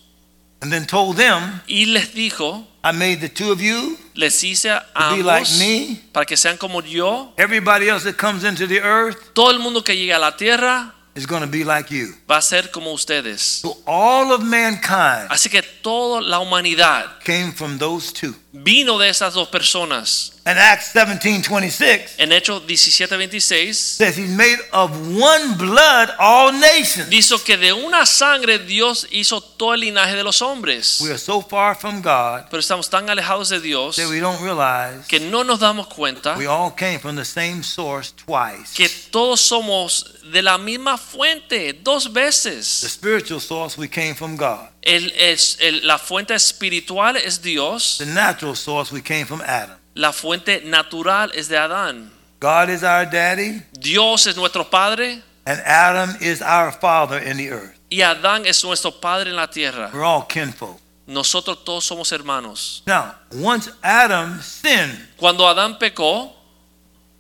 S1: and then told them,
S2: Y les dijo,
S1: "I made the two of you."
S2: les hice a
S1: To be like
S2: ambos
S1: me.
S2: para que sean como yo.
S1: Everybody else that comes into the earth
S2: Todo el mundo que llegue a la tierra
S1: is going to be like you.
S2: va a ser como ustedes.
S1: So all of mankind
S2: Así que toda la humanidad
S1: came from those two.
S2: vino de esas dos personas.
S1: And Acts 17 26
S2: En Hechos 17:26
S1: says, He's made of one blood all nations.
S2: dice que de una sangre Dios hizo todo el linaje de los hombres.
S1: We are so far from God
S2: Pero estamos tan alejados de Dios
S1: that we don't realize
S2: que no nos damos cuenta
S1: we all came from the same source twice.
S2: que todos somos de la misma fuente dos
S1: The
S2: veces.
S1: spiritual source, we came from God.
S2: El- es- el- la fuente espiritual es Dios,
S1: The natural source, we came from Adam.
S2: la fuente natural es de Adán.
S1: God is our daddy,
S2: Dios es nuestro Padre
S1: and Adam is our father in the earth.
S2: y Adán es nuestro Padre en la tierra.
S1: We're all kinfolk.
S2: Nosotros todos somos hermanos.
S1: Now, once Adam sinned,
S2: Cuando Adán pecó,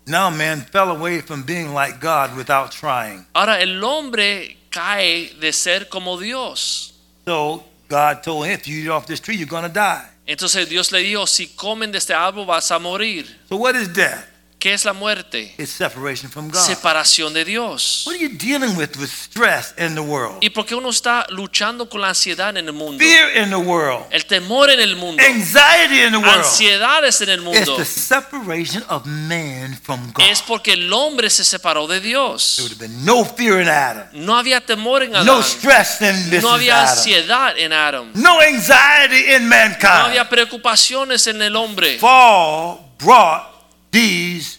S1: Now man fell away from being like God without trying.
S2: Ahora el hombre cae de ser como Dios.
S1: So God told him, if you eat off this tree, you're going to die.
S2: Entonces Dios le dijo, si comen de este árbol vas a morir.
S1: So what is death?
S2: ¿Qué es la muerte?
S1: It's separation from God.
S2: Separación de Dios.
S1: what are you dealing with with stress in the world?
S2: ¿Y por qué uno está luchando con la ansiedad en el mundo?
S1: Fear in the world.
S2: El temor en el mundo.
S1: Anxiety in the world.
S2: Ansiedades en el
S1: It's
S2: mundo.
S1: the separation of man from God.
S2: Es porque el hombre se separó de
S1: there would
S2: Dios.
S1: have been no fear in Adam.
S2: No había temor en
S1: No
S2: Adán.
S1: stress in this
S2: No había
S1: Adam.
S2: ansiedad en Adam.
S1: No anxiety in
S2: No
S1: mankind.
S2: había preocupaciones en el hombre.
S1: Fall brought these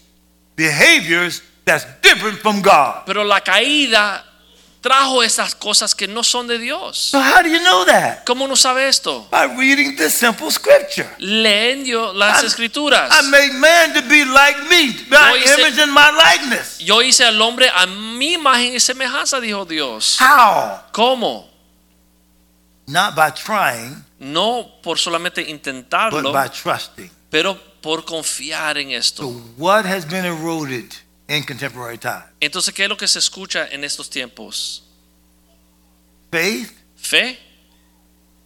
S1: behaviors that's different from God.
S2: Pero la caída trajo esas cosas que no son de Dios.
S1: So how do you know that?
S2: ¿Cómo no sabe esto?
S1: By reading this simple scripture.
S2: Leen yo las
S1: I-
S2: escrituras.
S1: I made man to be like me, my
S2: No, he said-
S1: image and my likeness.
S2: Yo hice al hombre a mi imagen y semejanza, dijo Dios.
S1: How?
S2: ¿Cómo?
S1: Not by trying,
S2: No por solamente intentarlo,
S1: but by trusting.
S2: pero por confiar en
S1: So
S2: esto.
S1: what has been eroded in contemporary time?
S2: Entonces, ¿qué es lo que se escucha en estos tiempos?
S1: Faith
S2: Fe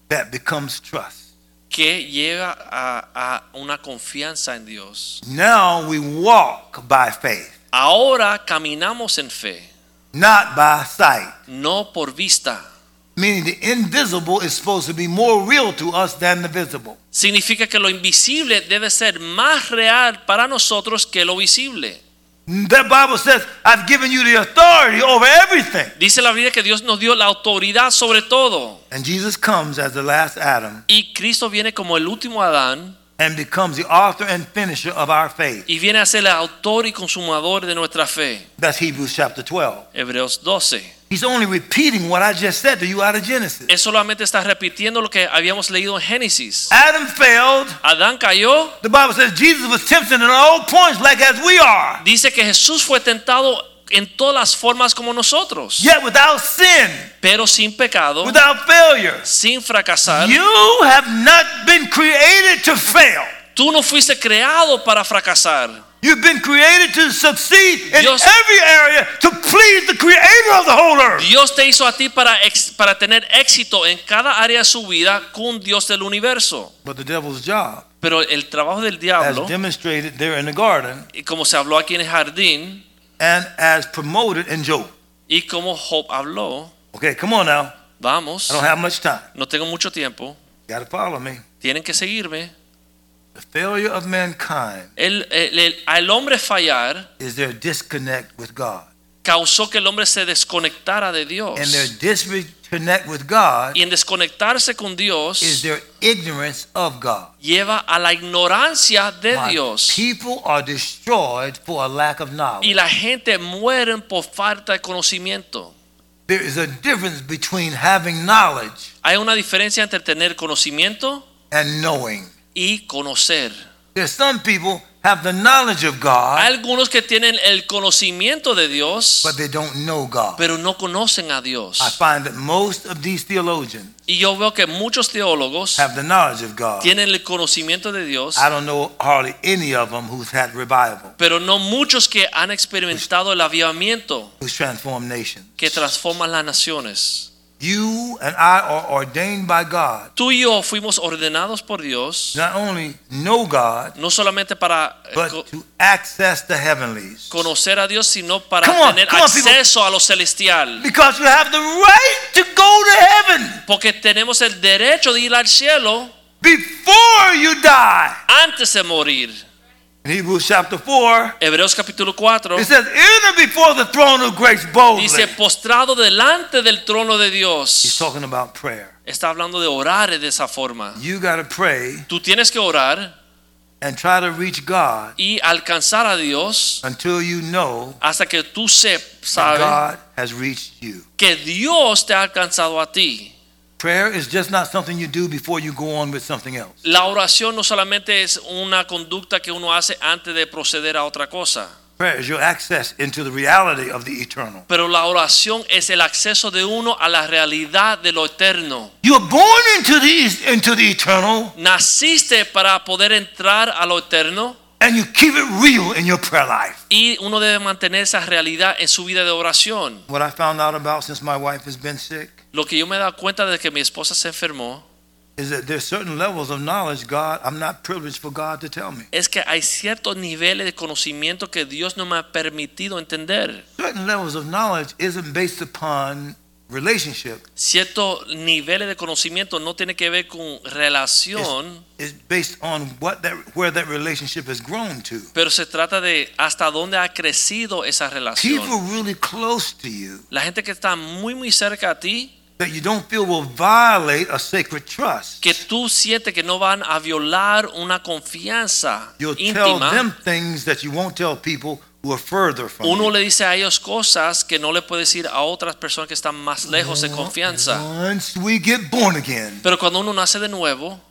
S1: that becomes trust.
S2: que lleva a, a una confianza en Dios.
S1: Now we walk by faith,
S2: Ahora caminamos en fe,
S1: not by sight.
S2: no por vista.
S1: Meaning the invisible is supposed to be more real to us than the visible.
S2: Significa que lo invisible debe ser más real para nosotros que lo visible.
S1: The Bible says, I've given you the authority over everything.
S2: Dice la Biblia que Dios nos dio la autoridad sobre todo.
S1: And Jesus comes as the last Adam
S2: Y Cristo viene como el último Adán
S1: and becomes the author and finisher of our faith.
S2: y viene a ser el autor y consumador de nuestra fe.
S1: That's Hebrews chapter 12.
S2: Hebreos 12.
S1: He's only repeating what I just said to you out of Genesis.
S2: Él solamente está repitiendo lo que habíamos leído en Génesis.
S1: Adam failed.
S2: Adán cayó.
S1: The Bible says Jesus was tempted in all points, like as we are,
S2: Dice que Jesús fue tentado en todas las formas como nosotros,
S1: yet without sin,
S2: pero sin pecado,
S1: without failure.
S2: sin fracasar.
S1: You have not been created to fail.
S2: Tú no fuiste creado para fracasar.
S1: You've been created to succeed in
S2: Dios-
S1: every area to please the creator of the whole earth.
S2: Dios te hizo a ti para, ex- para tener éxito en cada área de su vida con Dios del universo.
S1: But the devil's job,
S2: Pero el trabajo del
S1: as
S2: diablo,
S1: demonstrated there in the garden
S2: y como se habló aquí en el jardín
S1: and as promoted in Job.
S2: y como Job habló,
S1: Okay, come on now.
S2: vamos,
S1: I don't have much time.
S2: no tengo mucho tiempo,
S1: Got to follow me.
S2: tienen que seguirme.
S1: The failure of mankind
S2: El, el- el- al hombre fallar
S1: is their disconnect with God.
S2: causó que el hombre se desconectara de Dios.
S1: And their disconnect with God
S2: Y en desconectarse con
S1: is
S2: Dios
S1: their ignorance of God.
S2: lleva a la ignorancia de
S1: My
S2: Dios.
S1: People are destroyed for a lack of
S2: Y
S1: knowledge.
S2: la gente muere por falta de conocimiento.
S1: There is a difference between having knowledge
S2: Hay una diferencia entre tener conocimiento
S1: and knowing.
S2: y conocer.
S1: There's some people have the knowledge of
S2: Hay
S1: God,
S2: algunos que tienen el conocimiento de Dios,
S1: Ah. but they Ah. don't know God.
S2: pero no conocen a Dios.
S1: I find that most of these theologians
S2: Y yo veo que muchos teólogos
S1: have the knowledge of God.
S2: tienen el conocimiento de Dios,
S1: I don't know hardly any of them who's had revival,
S2: pero no muchos que han experimentado el avivamiento
S1: who's transformed nations.
S2: que transforma las naciones.
S1: You and I are ordained by God,
S2: Tú y yo fuimos ordenados por Dios,
S1: not only know God,
S2: no solamente para eh, co-
S1: but to access the heavenlies.
S2: conocer a Dios, sino para
S1: Come on,
S2: tener
S1: come on, people.
S2: acceso a lo celestial.
S1: Because you have the right to go to heaven
S2: Porque tenemos el derecho de ir al cielo
S1: before you die.
S2: antes de morir.
S1: In Hebrews chapter 4,
S2: Hebreos capítulo 4
S1: it says, Enter before the throne of grace boldly.
S2: dice, postrado delante del trono de
S1: He's
S2: Dios.
S1: talking about prayer.
S2: Está hablando de orar de esa forma.
S1: You got to pray
S2: Tú tienes que orar
S1: and try to reach God
S2: y alcanzar a Dios
S1: until you know
S2: hasta que tú se-
S1: that
S2: sabes
S1: God has reached you.
S2: que Dios te ha alcanzado a ti.
S1: Prayer is just not something you do before you go on with something else.
S2: La oración no solamente es una conducta que uno hace antes de proceder a otra cosa,
S1: Prayer is your access into the reality of the eternal.
S2: pero la oración es el acceso de uno a la realidad de lo eterno.
S1: You're born into the into the eternal,
S2: Naciste para poder entrar a lo eterno
S1: and you keep it real in your prayer life.
S2: y uno debe mantener esa realidad en su vida de oración.
S1: What I found out about since my wife has been sick
S2: Lo que yo me he dado cuenta de que mi esposa se enfermó
S1: is that there's certain levels of knowledge God I'm not privileged for God to tell me.
S2: es que hay ciertos niveles de conocimiento que Dios no me ha permitido entender.
S1: Certain levels of knowledge isn't based upon relationship.
S2: Ciertos niveles de conocimiento no tiene que ver con relación,
S1: It's based on what that where that relationship has grown to.
S2: pero se trata de hasta dónde ha crecido esa
S1: People
S2: relación.
S1: really close to you
S2: La gente que está muy muy cerca a ti,
S1: that you don't feel will violate a sacred trust.
S2: que tú sientes que no van a violar una confianza
S1: You'll tell
S2: íntima.
S1: them things that you won't tell people who are further from
S2: Uno
S1: you.
S2: le dice a ellos cosas que no le puede decir a otras personas que están más lejos de confianza.
S1: Once we get born again,
S2: Pero cuando uno nace de nuevo,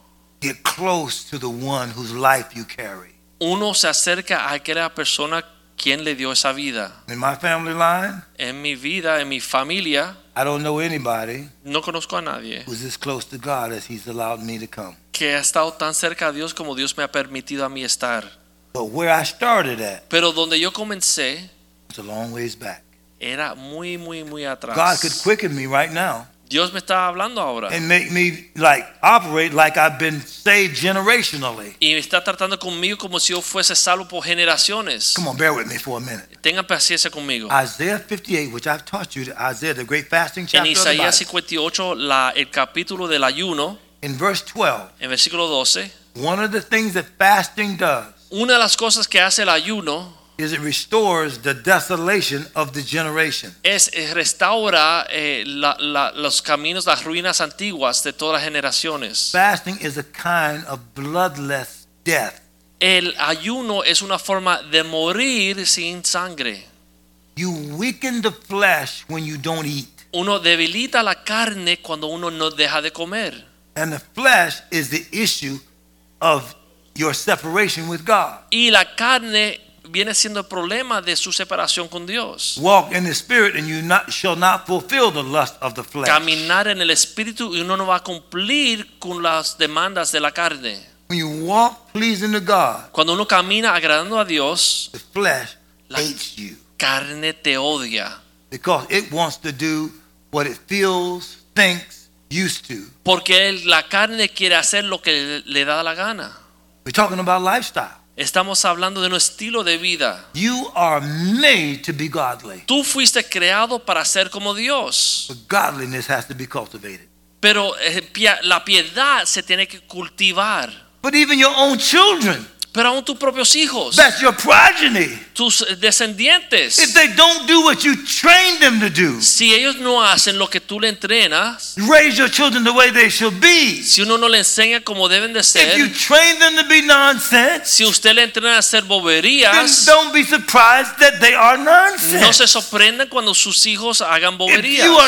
S1: get close to the one whose life you carry.
S2: uno se acerca a aquella persona quien le dio esa vida.
S1: In my family line,
S2: En mi vida, en mi familia,
S1: I don't know anybody
S2: no conozco a nadie
S1: who's as close to God as He's allowed me to come.
S2: que ha estado tan cerca a Dios como Dios me ha permitido a mí estar.
S1: But where I started at
S2: Pero donde yo comencé
S1: was a long ways back.
S2: era muy, muy, muy
S1: God could
S2: atrás.
S1: quicken me right now
S2: Dios me está hablando ahora
S1: and make me like operate like I've been saved generationally.
S2: y me está tratando conmigo como si yo fuese salvo por generaciones.
S1: Come on, Ah, bear with me for a minute.
S2: Tengan paciencia conmigo.
S1: Isaiah 58, which I've taught you, Isaiah, the great fasting
S2: En
S1: chapter of the Bible,
S2: Isaías 58, la- el capítulo del ayuno,
S1: in verse 12,
S2: en versículo 12,
S1: one of the things that fasting does
S2: una de las cosas que hace el ayuno
S1: is it restores the desolation of the generation.
S2: es eh, restaura eh, la- la- los caminos, las ruinas antiguas de todas las generaciones.
S1: Fasting is a kind of bloodless death.
S2: El ayuno es una forma de morir sin sangre.
S1: You weaken the flesh when you don't eat,
S2: Uno debilita la carne cuando uno no deja de comer.
S1: and the flesh is the issue of your separation with God.
S2: Y la carne viene siendo el problema de su separación con Dios.
S1: Walk in the spirit, and you not, shall not fulfill the lust of the flesh.
S2: Caminar en el espíritu y uno no va a cumplir con las demandas de la carne.
S1: When you walk pleasing to God,
S2: Cuando uno camina agradando a Dios,
S1: the flesh
S2: La-
S1: hates you
S2: carne te odia.
S1: because it wants to do what it feels, thinks, used to.
S2: Porque él- la carne quiere hacer lo que le da la gana.
S1: We're talking about lifestyle.
S2: Estamos hablando de un estilo de vida.
S1: You are made to be godly,
S2: Tú fuiste creado para ser como Dios.
S1: but godliness has to be cultivated.
S2: Pero eh, pia- la piedad se tiene que cultivar.
S1: But even your own children,
S2: Pero aún tus propios hijos,
S1: that's your progeny.
S2: tus
S1: If
S2: descendientes,
S1: they don't do what you train them to do,
S2: si ellos no hacen lo que tú le entrenas,
S1: raise your children the way they should be.
S2: si uno no le enseña como deben de
S1: If you
S2: ser,
S1: train them to be nonsense,
S2: si usted le entrena a hacer
S1: then
S2: boberías,
S1: don't be surprised that they are
S2: no
S1: nonsense.
S2: se sorprendan cuando sus hijos hagan
S1: If you are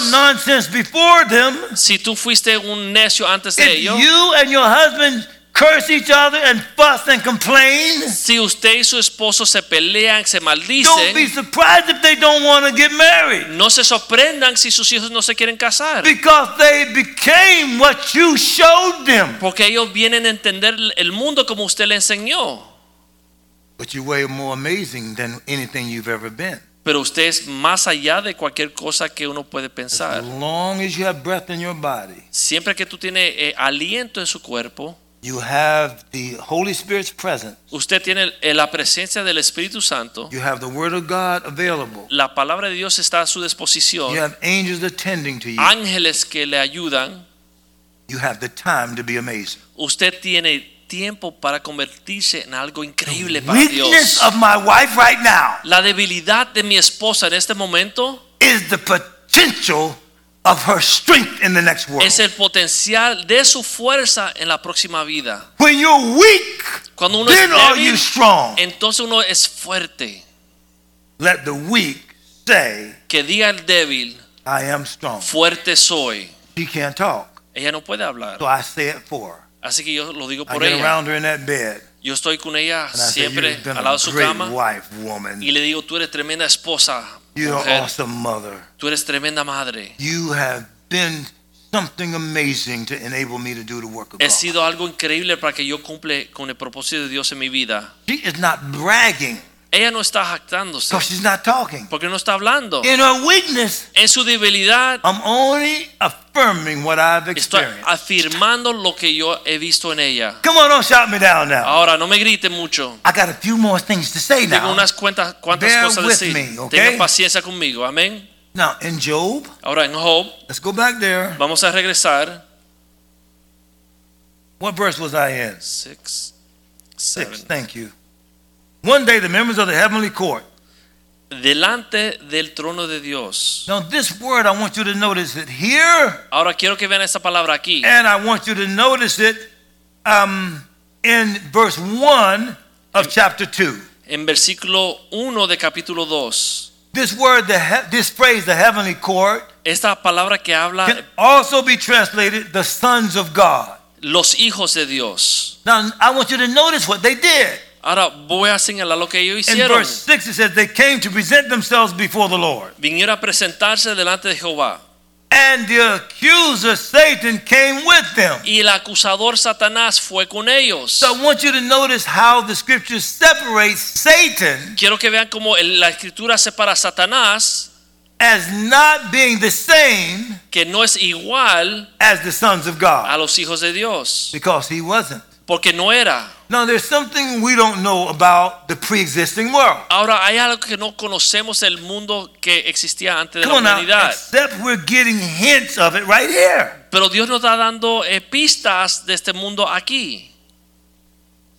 S2: boberías.
S1: nonsense before them,
S2: Si tú fuiste un necio antes de
S1: if
S2: ellos,
S1: you and your husband curse each other and fuss and complain,
S2: si usted y su esposo se pelean, se
S1: don't be
S2: maldicen,
S1: surprised if they don't want to get married
S2: no se sorprendan si sus hijos no se quieren casar.
S1: because they became what you showed them.
S2: Porque ellos vienen a entender el mundo como usted le enseñó.
S1: But you're way more amazing than anything you've ever been.
S2: Pero usted es más allá de cualquier cosa que uno puede
S1: As
S2: pensar.
S1: long as you have breath in your body,
S2: Siempre que tú tienes eh, aliento en su cuerpo,
S1: you have the Holy Spirit's presence.
S2: usted tiene eh, la presencia del Espíritu Santo.
S1: You have the Word of God available.
S2: La palabra de Dios está a su disposición.
S1: You have angels attending to you.
S2: Ángeles que le ayudan.
S1: You have the time to be amazing.
S2: Usted tiene tiempo para convertirse en algo increíble para Dios.
S1: Weakness of my wife right now
S2: La debilidad de mi esposa en este momento
S1: is the potential of her strength in the next world.
S2: es el potencial de su fuerza en la próxima vida.
S1: When you're weak,
S2: Cuando uno
S1: then
S2: es
S1: are
S2: débil,
S1: you strong.
S2: Entonces uno es fuerte.
S1: Let the weak say,
S2: Que diga el débil,
S1: I am strong.
S2: fuerte soy.
S1: She can't talk,
S2: Ella no puede hablar.
S1: so I say it for her.
S2: Así que yo lo digo
S1: I
S2: por
S1: get
S2: ella.
S1: around her in that bed
S2: Yo estoy con ella
S1: and I say,
S2: siempre
S1: You've been a
S2: al lado de su
S1: great
S2: cama
S1: wife, woman.
S2: y le digo, tú eres tremenda esposa,
S1: You're an
S2: mujer.
S1: awesome mother.
S2: tú eres tremenda madre.
S1: You have been something amazing to enable me to do the work of
S2: He
S1: God.
S2: sido algo increíble para que yo cumple con el propósito de Dios en mi vida.
S1: She is not bragging
S2: Ella no está jactándose
S1: because she's not talking.
S2: porque no está hablando.
S1: In her weakness,
S2: En su debilidad
S1: I'm only affirming what I've
S2: estoy
S1: experienced.
S2: afirmando lo que yo he visto en ella.
S1: Come on, don't shout me down now.
S2: Ahora, no me grite mucho.
S1: I got a few more things to say
S2: Tengo
S1: now.
S2: unas cuantas, cuantas
S1: Bear
S2: cosas a
S1: with
S2: decir.
S1: me, okay?
S2: Tengan paciencia conmigo, amén.
S1: Now, in Job,
S2: Ahora, en Job,
S1: let's go back there.
S2: vamos a regresar.
S1: What verse was I in?
S2: Six,
S1: Six.
S2: seven.
S1: Thank you. One day, the members of the heavenly court.
S2: Delante del trono de Dios.
S1: Now, this word, I want you to notice it here,
S2: Ahora quiero que vean esta palabra aquí.
S1: and I want you to notice it um, in verse 1 of chapter 2.
S2: En versículo 1 de capítulo 2.
S1: This word, the he- this phrase, the heavenly court,
S2: Esta palabra que
S1: can
S2: habla
S1: also be translated the sons of God.
S2: los hijos de Dios.
S1: Now, I want you to notice what they did.
S2: Ahora voy a señalar lo que ellos
S1: In
S2: hicieron.
S1: verse 6, it says, They came to present themselves before the Lord.
S2: Vinieron a presentarse delante de Jehová.
S1: And the accuser, Satan, came with them.
S2: Y el acusador Satanás fue con ellos.
S1: So I want you to notice how the scripture separates Satan
S2: Quiero que vean cómo el- la escritura separa a Satanás,
S1: as not being the same
S2: que no es igual
S1: as the sons of
S2: a
S1: God,
S2: los hijos de Dios,
S1: because he wasn't.
S2: porque no era.
S1: Now, there's something we don't know about the pre existing world.
S2: Ahora hay algo que no conocemos del mundo que existía antes de
S1: Come on
S2: la
S1: now,
S2: humanidad,
S1: except we're getting hints of it right here.
S2: pero Dios nos está dando eh, pistas de este mundo aquí.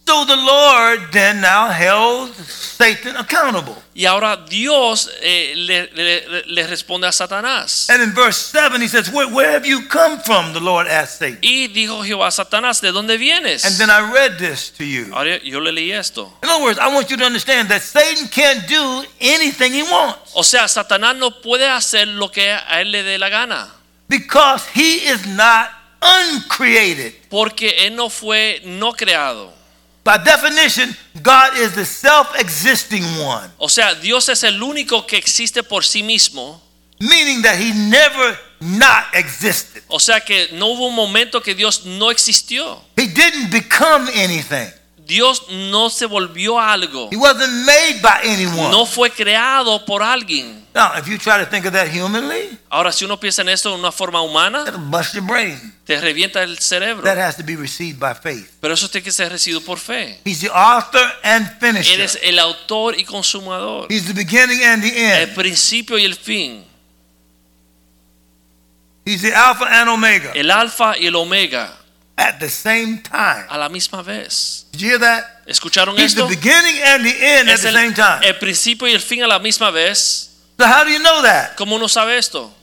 S1: So the Lord then now held Satan accountable.
S2: Y ahora Dios eh, le, le- le responde a Satanás.
S1: And in verse 7, he says, Where, where have you come from? The Lord asked Satan.
S2: Y dijo Jehová a Satanás, ¿de dónde vienes?
S1: And then I read this to you.
S2: Ahora yo le leí esto.
S1: In other words, I want you to understand that Satan can't do anything he wants
S2: O sea, Satanás no puede hacer lo que a él le dé la gana.
S1: because he is not uncreated.
S2: Porque él no fue no creado.
S1: By definition, God is the self existing one,
S2: O sea, Dios es el único que existe por sí mismo.
S1: meaning that he never not existed.
S2: O sea que no hubo un momento que Dios no existió.
S1: He didn't become anything.
S2: Dios no se volvió algo.
S1: He wasn't made by anyone.
S2: No fue creado por alguien.
S1: Now, if you try to think of that humanly,
S2: Ahora, si uno piensa en esto de una forma humana,
S1: that'll bust your brain.
S2: te revienta el cerebro.
S1: That has to be received by faith.
S2: Pero eso tiene que ser recibido por fe.
S1: He's the author and
S2: Él
S1: finisher.
S2: es el autor y consumador.
S1: He's the beginning and the
S2: El
S1: end.
S2: principio y el fin.
S1: He's the Alpha and Omega
S2: El alfa y el omega
S1: at the same time.
S2: a la misma vez.
S1: Did you hear that?
S2: ¿Escucharon
S1: He's the
S2: esto?
S1: beginning and the end at
S2: Es
S1: the
S2: el,
S1: same time.
S2: el principio y el fin a la misma vez.
S1: So how do you know that?
S2: ¿Cómo uno sabe esto?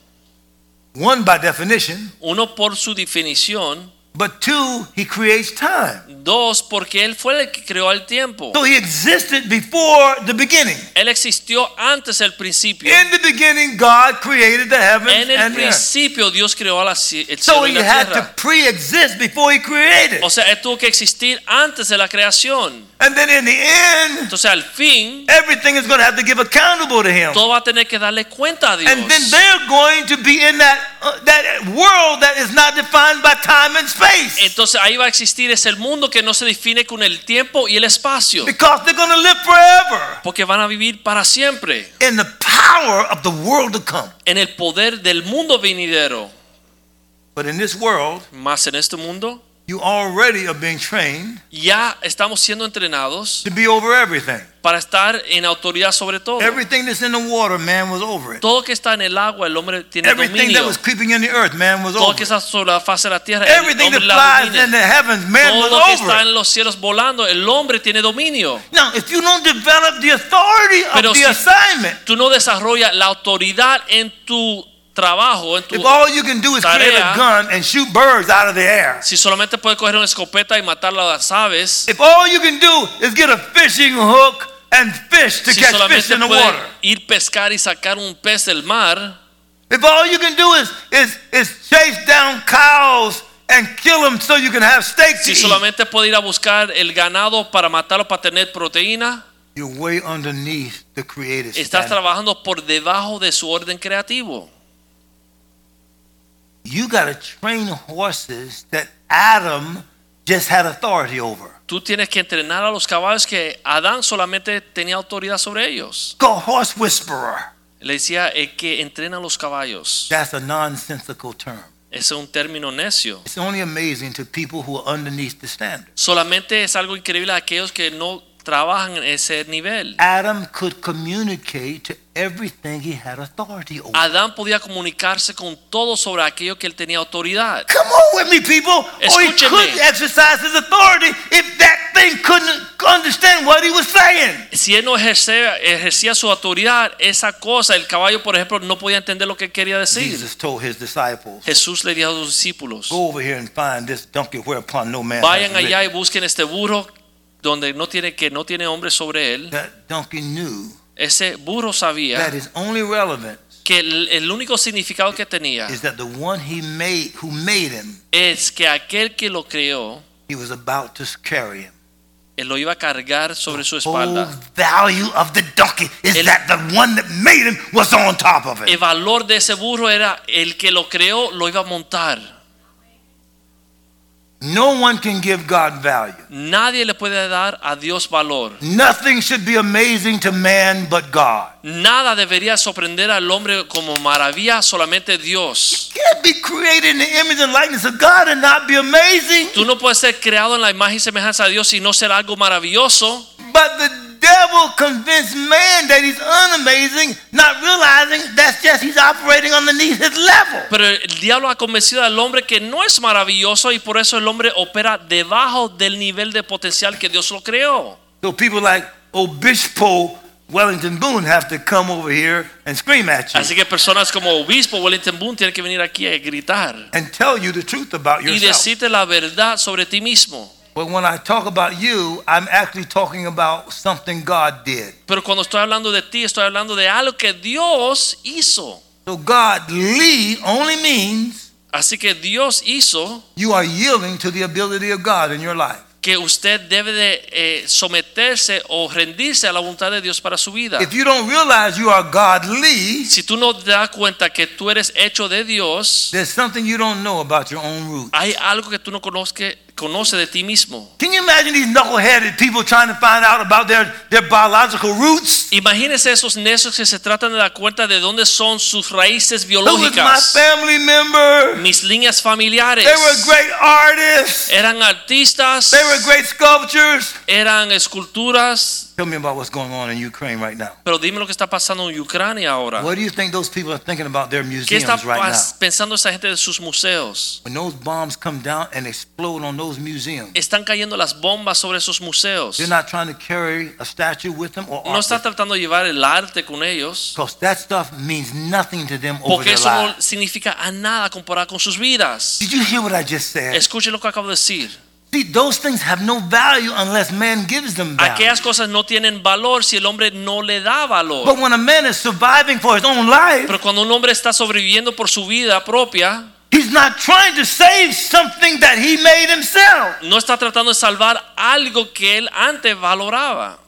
S1: One, by definition,
S2: Uno por su definición.
S1: but two, he creates time.
S2: Dos, porque Él fue el que creó el tiempo.
S1: So he existed before the beginning.
S2: Él existió antes del principio.
S1: In the beginning, God created the heavens
S2: En el
S1: and the earth.
S2: principio Dios creó a la, ci- el
S1: So
S2: cielo y
S1: he
S2: la
S1: had to
S2: tierra.
S1: pre-exist before he created.
S2: O sea, Él tuvo que existir antes de la creación.
S1: And then in the end,
S2: Entonces, al fin,
S1: everything is going to have to give accountable to him.
S2: todo va a tener que darle cuenta a Dios.
S1: And then they're going to be in that uh, that world that is not defined by time and space.
S2: Entonces ahí va a existir es el mundo que no se define con el tiempo y el espacio,
S1: Because they're going to live forever
S2: porque van a vivir para siempre
S1: in the power of the world to come.
S2: en el poder del mundo venidero.
S1: But in this world,
S2: Más en este mundo
S1: you already are being trained
S2: ya estamos siendo entrenados
S1: to be over everything.
S2: para estar en autoridad sobre todo.
S1: Everything that's in the water, man was over it.
S2: Todo que está en el agua el hombre tiene
S1: Everything that
S2: dominio.
S1: was creeping in the earth, man was
S2: Todo
S1: over
S2: que
S1: it.
S2: está sobre la faz de la tierra el
S1: Everything that
S2: hombre la
S1: flies in
S2: domina.
S1: the heavens, man
S2: Todo lo que
S1: was over
S2: está
S1: it.
S2: en los cielos volando el hombre tiene dominio.
S1: Now, if you don't develop the authority of
S2: Pero
S1: the
S2: si-
S1: assignment,
S2: Tú no desarrollas la autoridad en tu trabajo, en tu
S1: if all you can do is create a
S2: tarea-
S1: gun and shoot birds out of the air,
S2: Si solamente puedes coger una escopeta y matar a las aves,
S1: if all you can do is get a fishing hook and fish to
S2: si
S1: catch fish
S2: solamente
S1: in the
S2: puedes
S1: water,
S2: ir pescar y sacar un pez del mar,
S1: if all you can do is is is chase down cows and kill them so you can have steak to
S2: si
S1: eat,
S2: solamente puedes ir a buscar el ganado para matarlo para tener proteína,
S1: you're way underneath the creative
S2: estás
S1: standard.
S2: trabajando por debajo de su orden creativo.
S1: You got to train horses that Adam just had authority over.
S2: Tú tienes que entrenar a los caballos que Adán solamente tenía autoridad sobre ellos.
S1: Go horse whisperer.
S2: Le decía el que entrena a los caballos.
S1: That's a nonsensical term.
S2: Ese es un término necio.
S1: It's only amazing to people who are underneath the standard.
S2: Solamente es algo increíble a aquellos que no trabajan en ese nivel.
S1: Adam could communicate to everything he had authority over.
S2: Adán podía comunicarse con todo sobre aquello que él tenía autoridad.
S1: Come on with me, people. Or he
S2: Escúcheme.
S1: could exercise his authority if that thing couldn't understand what he was saying.
S2: Si él no ejercía, ejercía su autoridad, esa cosa, el caballo, por ejemplo, no podía entender lo que quería decir.
S1: Jesus told his disciples,
S2: Jesús le dijo a sus discípulos,
S1: Go over here and find this donkey whereupon no man. has
S2: vayan allá
S1: ridden."
S2: y busquen este burro donde no tiene que no tiene hombre sobre él.
S1: That donkey knew
S2: Ese burro
S1: that
S2: sabía
S1: his only relevance
S2: que el, el único significado que tenía
S1: is that the one he made, who made him,
S2: es que aquel que lo creó,
S1: he was about to carry him.
S2: él lo iba a cargar sobre su
S1: whole
S2: espalda.
S1: value of the donkey is
S2: El-
S1: that the one that made him was on top of
S2: El
S1: it.
S2: valor de ese burro era el que lo creó lo iba a montar.
S1: No one can give God value.
S2: Nadie le puede dar a Dios valor.
S1: Nothing should be amazing to man but God.
S2: Nada debería sorprender al hombre como maravilla, solamente Dios.
S1: Can't be created in the image and likeness of God and not be amazing.
S2: Tú no puedes ser creado en la imagen y semejanza de Dios y no ser algo maravilloso.
S1: But the devil convinced man that he's unamazing, not realizing that's just he's operating underneath his level.
S2: Pero el diablo ha convencido al hombre que no es maravilloso y por eso el hombre opera debajo del nivel de potencial que Dios lo creó.
S1: So people like Obispo Wellington Boone have to come over here and scream at you
S2: Así que personas como Obispo Wellington Boone tienen que venir aquí a gritar
S1: and tell you the truth about
S2: y
S1: yourself.
S2: decirte la verdad sobre ti mismo.
S1: But when I talk about you, I'm actually talking about something God did.
S2: Pero cuando estoy hablando de ti, estoy hablando de algo que Dios hizo.
S1: So God lead only means
S2: Así que Dios hizo
S1: you are yielding to the ability of God in your life.
S2: que usted debe de eh, someterse o rendirse a la voluntad de Dios para su vida.
S1: If you don't realize you are God lead,
S2: Si tú no te das cuenta que tú eres hecho de Dios,
S1: there's something you don't know about your own root.
S2: hay algo que tú no conozcas, conoce de ti mismo.
S1: Can you imagine these knuckleheaded people trying to find out about their, their biological roots?
S2: Imagínense esos necios que se tratan de dar cuenta de dónde son sus raíces
S1: Who was my
S2: biológicas,
S1: family member?
S2: mis líneas familiares.
S1: They were great artists.
S2: Eran artistas,
S1: They were great sculptures.
S2: eran esculturas,
S1: Tell me about what's going on in Ukraine right now.
S2: pero dime lo que está pasando en Ucrania ahora.
S1: What do you think those people are thinking about their
S2: ¿Qué está
S1: museums right now?
S2: pas- pensando esa gente de sus museos?
S1: When those bombs come down and explode on those museums,
S2: Están cayendo las bombas sobre esos museos.
S1: they're not trying to carry a statue with them or
S2: No
S1: art
S2: están tratando de llevar el arte con ellos,
S1: because that stuff means nothing to them over
S2: porque
S1: their
S2: eso
S1: lives.
S2: no significa a nada comparado con sus vidas.
S1: Did you hear what I just said?
S2: Escuchen lo que acabo de decir.
S1: See, those things have no value unless man gives them value.
S2: Aquellas cosas no tienen valor si el hombre no le da valor.
S1: But when a man is surviving for his own life,
S2: Pero cuando un hombre está sobreviviendo por su vida propia,
S1: he's not trying to save something that he made himself.
S2: no está tratando de salvar algo que él antes valoraba.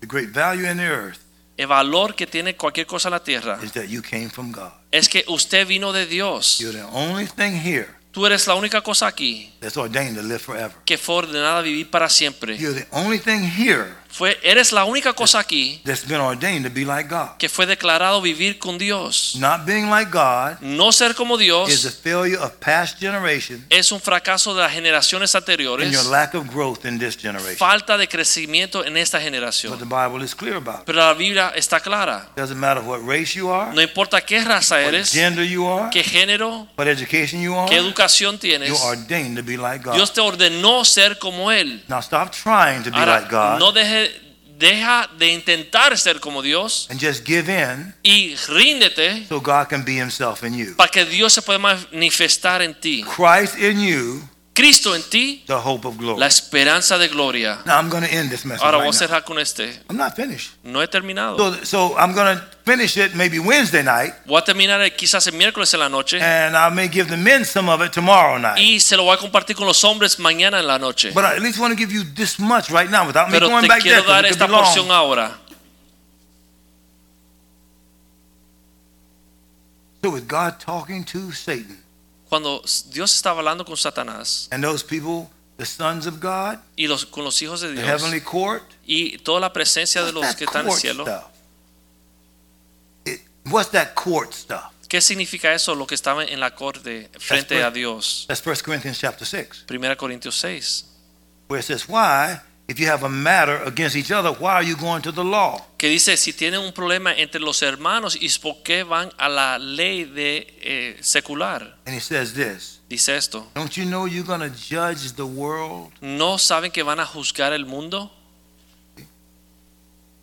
S1: The great value in the earth
S2: El valor que tiene cualquier cosa en la tierra
S1: is that you came from God.
S2: es que usted vino de Dios.
S1: You're the only thing here
S2: Tú eres la única cosa aquí
S1: that's ordained to live forever.
S2: que fue ordenada a vivir para siempre.
S1: You're the only thing here
S2: Fue, eres la única cosa aquí
S1: that's been ordained to be like God.
S2: que fue declarado vivir con Dios.
S1: Not being like God
S2: No ser como
S1: is a
S2: Dios
S1: failure of past generations
S2: es un fracaso de las generaciones
S1: and your
S2: anteriores,
S1: lack of growth in this generation.
S2: falta de crecimiento en esta
S1: But
S2: generación.
S1: the Bible is clear about it.
S2: Pero la Biblia está clara.
S1: Doesn't matter what race you are,
S2: No importa qué raza
S1: what
S2: eres,
S1: gender you are,
S2: qué género,
S1: what education you are,
S2: qué educación
S1: you're
S2: tienes,
S1: ordained to be like God.
S2: Dios te ordenó ser como Él.
S1: Now stop trying to be like
S2: Ahora,
S1: God
S2: no deje, deja de intentar ser como Dios
S1: and just give in
S2: y ríndete
S1: so God can be himself in you.
S2: para que Dios se pueda manifestar en ti.
S1: Christ in you,
S2: Cristo en ti,
S1: the hope of glory.
S2: la esperanza de gloria.
S1: Now I'm going to end this message.
S2: Ahora voy a
S1: Right now.
S2: cerrar con este.
S1: I'm not finished.
S2: No he terminado.
S1: So, so I'm going to finish it maybe Wednesday night,
S2: Voy a terminar eh, quizás el miércoles en la noche
S1: and I may give the men some of it tomorrow night.
S2: y se lo voy a compartir con los hombres mañana en la noche.
S1: But I at least want to give you this much right now without me
S2: Pero
S1: going
S2: te
S1: back there.
S2: quiero
S1: 'cause
S2: dar
S1: it could
S2: esta
S1: be long.
S2: porción ahora.
S1: So with God talking to Satan
S2: Cuando Dios estaba hablando con Satanás
S1: and those people, the sons of God,
S2: y los, con los hijos de
S1: the
S2: Dios
S1: heavenly court,
S2: y toda la presencia de los
S1: what's
S2: que
S1: that
S2: están en el
S1: court
S2: cielo,
S1: stuff? It- what's that court stuff?
S2: ¿qué significa eso? Lo que estaba en la corte frente
S1: That's
S2: a Dios.
S1: That's 1 Corinthians chapter 6.
S2: 1 Corintios 6,
S1: where it says, Why, if you have a matter against each other, why are you going to the law?
S2: que dice, si tienen un problema entre los hermanos, ¿y por qué van a la ley de eh, secular?
S1: And he says this
S2: Dice esto,
S1: Don't you know you're going to judge the world?
S2: ¿no saben que van a juzgar el mundo?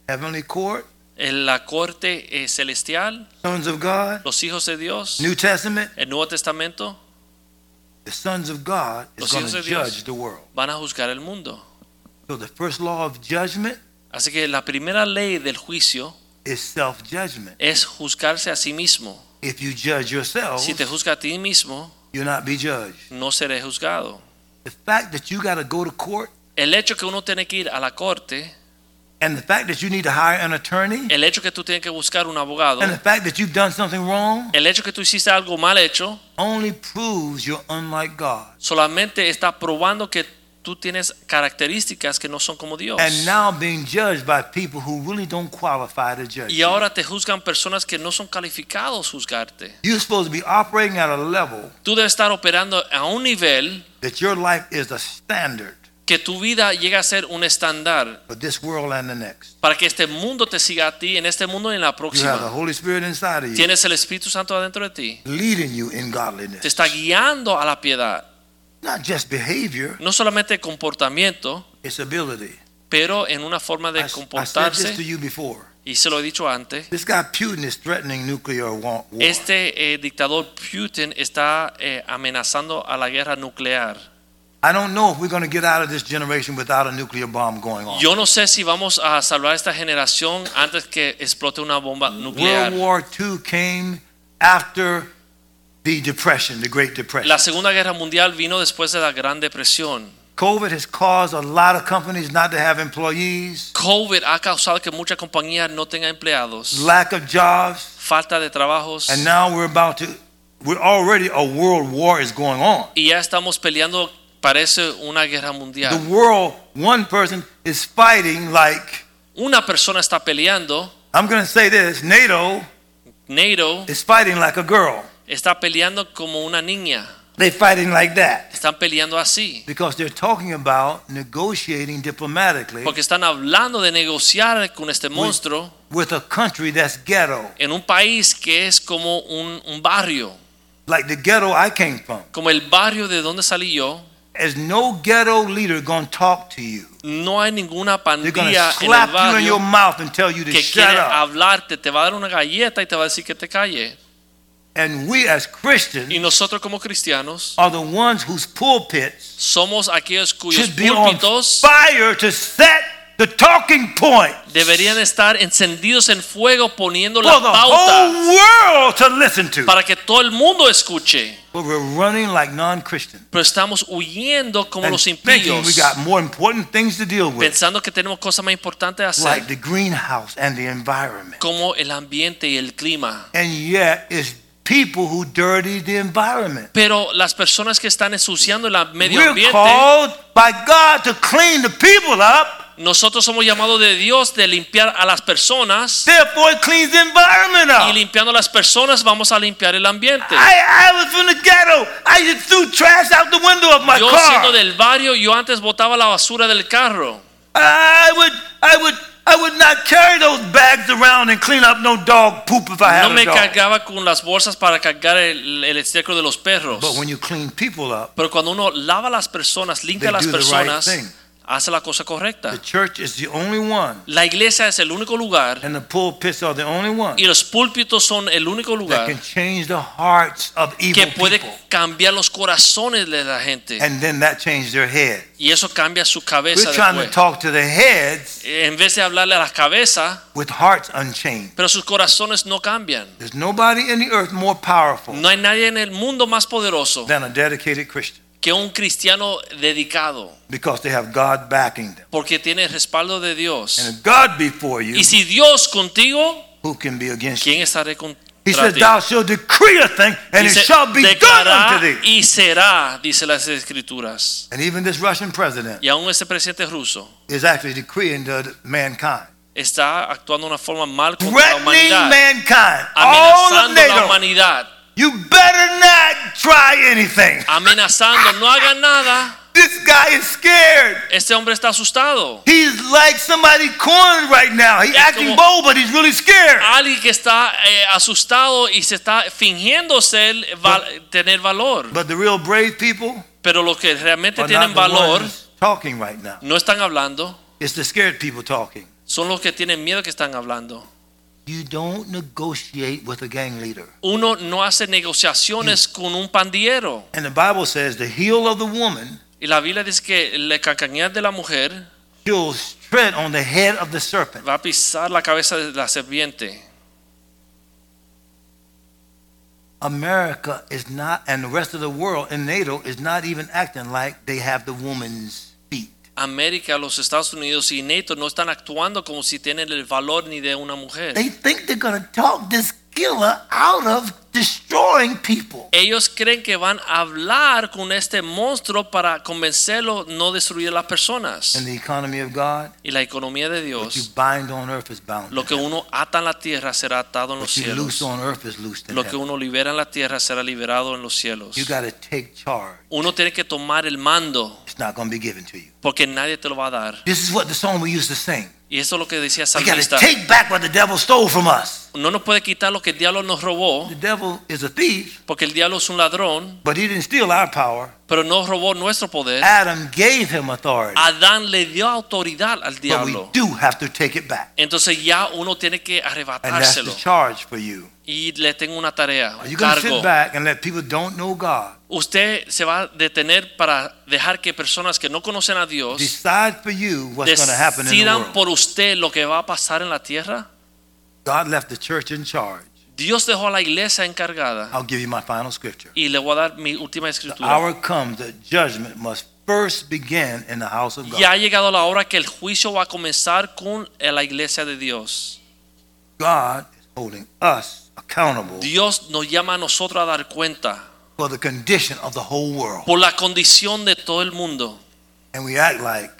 S1: Heavenly court,
S2: en la corte eh, celestial,
S1: sons of God,
S2: los hijos de Dios,
S1: New Testament,
S2: el Nuevo Testamento,
S1: the sons of God is
S2: Los
S1: going
S2: hijos
S1: to
S2: de Dios.
S1: judge the world.
S2: van a juzgar el mundo.
S1: So the first law of judgment
S2: Así que la primera ley del juicio
S1: is self judgment.
S2: es juzgarse a sí mismo.
S1: If you judge yourself,
S2: Si te juzga a ti mismo,
S1: you'll not be judged.
S2: no seré juzgado.
S1: The fact that you got to go to court
S2: El hecho que uno tiene que ir a la corte,
S1: and the fact that you need to hire an attorney
S2: el hecho que tú tienes que buscar un abogado,
S1: and the fact that you've done something wrong
S2: el hecho que tú hiciste algo mal hecho,
S1: only proves you're unlike God.
S2: solamente está probando que tú tienes características que no son como Dios.
S1: and now being judged by people who really don't qualify to judge.
S2: Y ahora te juzgan personas que no son calificados juzgarte.
S1: You're supposed to be operating at a level
S2: Tú debes estar operando a un nivel
S1: that your life is a standard
S2: que tu vida llegue a ser un estándar
S1: for this world and the next.
S2: para que este mundo te siga a ti en este mundo y en
S1: You
S2: la
S1: have the
S2: próxima.
S1: Holy Spirit inside of you,
S2: Tienes el Espíritu Santo adentro de ti.
S1: leading you in
S2: Te
S1: godliness.
S2: está guiando a la piedad,
S1: Not just behavior,
S2: no solamente comportamiento,
S1: it's ability.
S2: pero en una forma
S1: I,
S2: de
S1: I said this to
S2: comportarse.
S1: you before.
S2: Y se lo he dicho antes.
S1: This guy Putin is threatening nuclear wa- war.
S2: Este eh, dictador Putin está eh, amenazando a la guerra nuclear.
S1: I don't know if we're going to get out of this generation without a nuclear bomb going off.
S2: Yo no sé si vamos a salvar a esta generación antes que explote una bomba nuclear.
S1: World War II came after the Depression, the Great Depression.
S2: La Segunda Guerra Mundial vino después de la Gran Depresión.
S1: COVID has caused a lot of companies not to have employees,
S2: COVID ha causado que muchas compañías no tengan empleados,
S1: lack of jobs,
S2: falta de trabajos,
S1: and now we're about to, we're already, a world war is going on.
S2: y ya estamos peleando parece una guerra mundial.
S1: The world, one person is fighting like,
S2: Una persona está peleando,
S1: I'm going to say this NATO
S2: NATO
S1: is fighting like a girl.
S2: está peleando como una niña,
S1: They're fighting like that
S2: están peleando así,
S1: because they're talking about negotiating diplomatically
S2: porque están hablando de negociar con este monstruo
S1: with a country that's ghetto,
S2: en un país que es como un, un barrio,
S1: like the ghetto I came from.
S2: como el barrio de donde salí yo.
S1: There's no ghetto leader going to talk to you.
S2: No hay ninguna
S1: They're going to
S2: pandilla en el
S1: slap you in your
S2: barrio
S1: mouth and tell you to
S2: que quiere
S1: shut up.
S2: hablarte, te va a dar una galleta y te va a decir que te calle.
S1: And we as Christians
S2: Y nosotros como cristianos
S1: are the ones whose pulpits
S2: somos aquellos cuyos
S1: should be on
S2: púlpitos
S1: fire to set the talking point
S2: deberían estar encendidos en fuego poniendo
S1: for
S2: la
S1: the
S2: pauta
S1: whole world to listen to.
S2: para que todo el mundo escuche.
S1: But we're running like non-Christians
S2: Pero estamos huyendo como
S1: and
S2: los
S1: thinking we
S2: impíos,
S1: got more important things to deal with,
S2: pensando que tenemos cosas más importantes a hacer,
S1: like the greenhouse and the environment.
S2: como el ambiente y el clima.
S1: And yet, it's people who dirty the environment.
S2: Pero las personas que están ensuciando el medio
S1: We're
S2: ambiente,
S1: called by God to clean the people up.
S2: nosotros somos llamados de Dios de limpiar a las personas
S1: Therefore, it cleans the environment up.
S2: y limpiando a las personas vamos a limpiar el ambiente.
S1: I, I was from the ghetto. I just threw trash out the window of my
S2: Yo
S1: car.
S2: siendo del barrio, yo antes botaba la basura del carro.
S1: I would, I would, I would not carry those bags around and clean up no dog poop if I had
S2: No me
S1: a dog.
S2: cargaba con las bolsas para cargar el, el estiércol de los perros.
S1: But when you clean people up,
S2: Pero cuando uno lava a las personas, limpia a
S1: They do
S2: las
S1: the right
S2: personas,
S1: thing.
S2: hace la cosa
S1: the
S2: correcta.
S1: church is the only one,
S2: La iglesia es el único lugar
S1: and the pulpits are the only one
S2: y los púlpitos son el único
S1: that can
S2: lugar
S1: change the hearts of evil
S2: que puede
S1: people.
S2: cambiar los corazones de la gente.
S1: And then that changed their head.
S2: Y eso cambia su cabeza
S1: We're trying to
S2: después.
S1: talk to the heads
S2: En vez de hablarle a la cabeza,
S1: with hearts unchained.
S2: pero sus corazones no cambian.
S1: There's nobody in the earth more powerful
S2: No hay nadie en el mundo más poderoso
S1: than a dedicated Christian
S2: que un cristiano dedicado,
S1: because they have God backing them.
S2: porque tiene el respaldo de
S1: And
S2: Dios.
S1: if God be for you,
S2: Y si Dios contigo,
S1: who can be against you?
S2: ¿quién estará contra
S1: He said,
S2: ti?
S1: Thou shalt decree a thing, and it
S2: Dice,
S1: shall be done
S2: "Declarará
S1: unto thee.
S2: y será, dice las escrituras.
S1: And even this Russian president
S2: Y aún este presidente ruso
S1: is actually decreeing to mankind,
S2: está actuando de una forma mal contra la
S1: threatening
S2: humanidad,
S1: mankind, all of
S2: amenazando la
S1: NATO.
S2: humanidad,
S1: You better not try anything.
S2: amenazando, no hagan nada.
S1: This guy is scared.
S2: Este hombre está asustado.
S1: He's like somebody cornered right now. He's
S2: Es
S1: acting
S2: como-
S1: bold, but he's really scared.
S2: Alguien que está eh, asustado y se está fingiendo ser, val- tener valor.
S1: But the real brave people
S2: Pero los que realmente
S1: are
S2: tienen
S1: not
S2: valor
S1: the ones talking right now.
S2: no están hablando,
S1: It's the scared people talking.
S2: son los que tienen miedo que están hablando.
S1: You don't negotiate with a gang leader.
S2: Uno no hace negociaciones con un pandillero.
S1: And the Bible says the heel of the woman
S2: Y la Biblia dice que la cacañez de la mujer
S1: shall tread on the head of the serpent.
S2: va a pisar la cabeza de la serpiente.
S1: America is not, and the rest of the world in NATO is not even acting like they have the woman's feet.
S2: América, los Estados Unidos y NATO no están actuando como si tienen el valor ni de una mujer.
S1: They think they're going to talk this killer out of destroying people.
S2: Ellos creen que van a hablar con este monstruo para convencerlo no destruir a las
S1: In
S2: personas.
S1: the economy of God,
S2: Y la economía de
S1: what you
S2: Dios,
S1: bind on earth is bound.
S2: lo que uno ata en la tierra será atado en los
S1: What you loose
S2: cielos.
S1: on earth is loosed in
S2: Lo que
S1: heaven.
S2: uno libera en la tierra será liberado en los cielos.
S1: You got to take charge.
S2: Uno tiene que tomar el mando
S1: It's not going to be given to you.
S2: porque nadie te lo va a dar.
S1: This is what the song we used to sing.
S2: Y eso es lo que decía
S1: We got to
S2: Salmista.
S1: take back what the devil stole from us.
S2: No nos puede quitar lo que el diablo nos robó.
S1: The devil is a thief,
S2: Porque el diablo es un ladrón,
S1: but he didn't steal our power.
S2: pero no robó nuestro poder.
S1: Adam gave him authority.
S2: Adán le dio autoridad
S1: But
S2: al
S1: we
S2: diablo.
S1: do have to take it back.
S2: Entonces ya uno tiene que
S1: And that's the
S2: arrebatárselo.
S1: charge for you.
S2: Y le tengo una tarea,
S1: Are
S2: un
S1: you going to
S2: cargo.
S1: sit back and let people don't know God
S2: Usted se va a detener para dejar que personas que no conocen a Dios
S1: decide for you what's going to happen in the
S2: decidan
S1: world?
S2: por usted lo que va a pasar en la tierra?
S1: God left the church in charge.
S2: Dios dejó a la iglesia encargada.
S1: I'll give you my final scripture.
S2: Y le voy a dar mi última
S1: The
S2: escritura.
S1: hour comes that judgment must first begin in the house of
S2: Ya
S1: God.
S2: ha llegado la hora que el juicio va a comenzar con la iglesia de Dios.
S1: God is holding us accountable
S2: Dios nos llama a nosotros a dar cuenta
S1: for the condition of the whole world.
S2: por la condición de todo el mundo.
S1: And we act like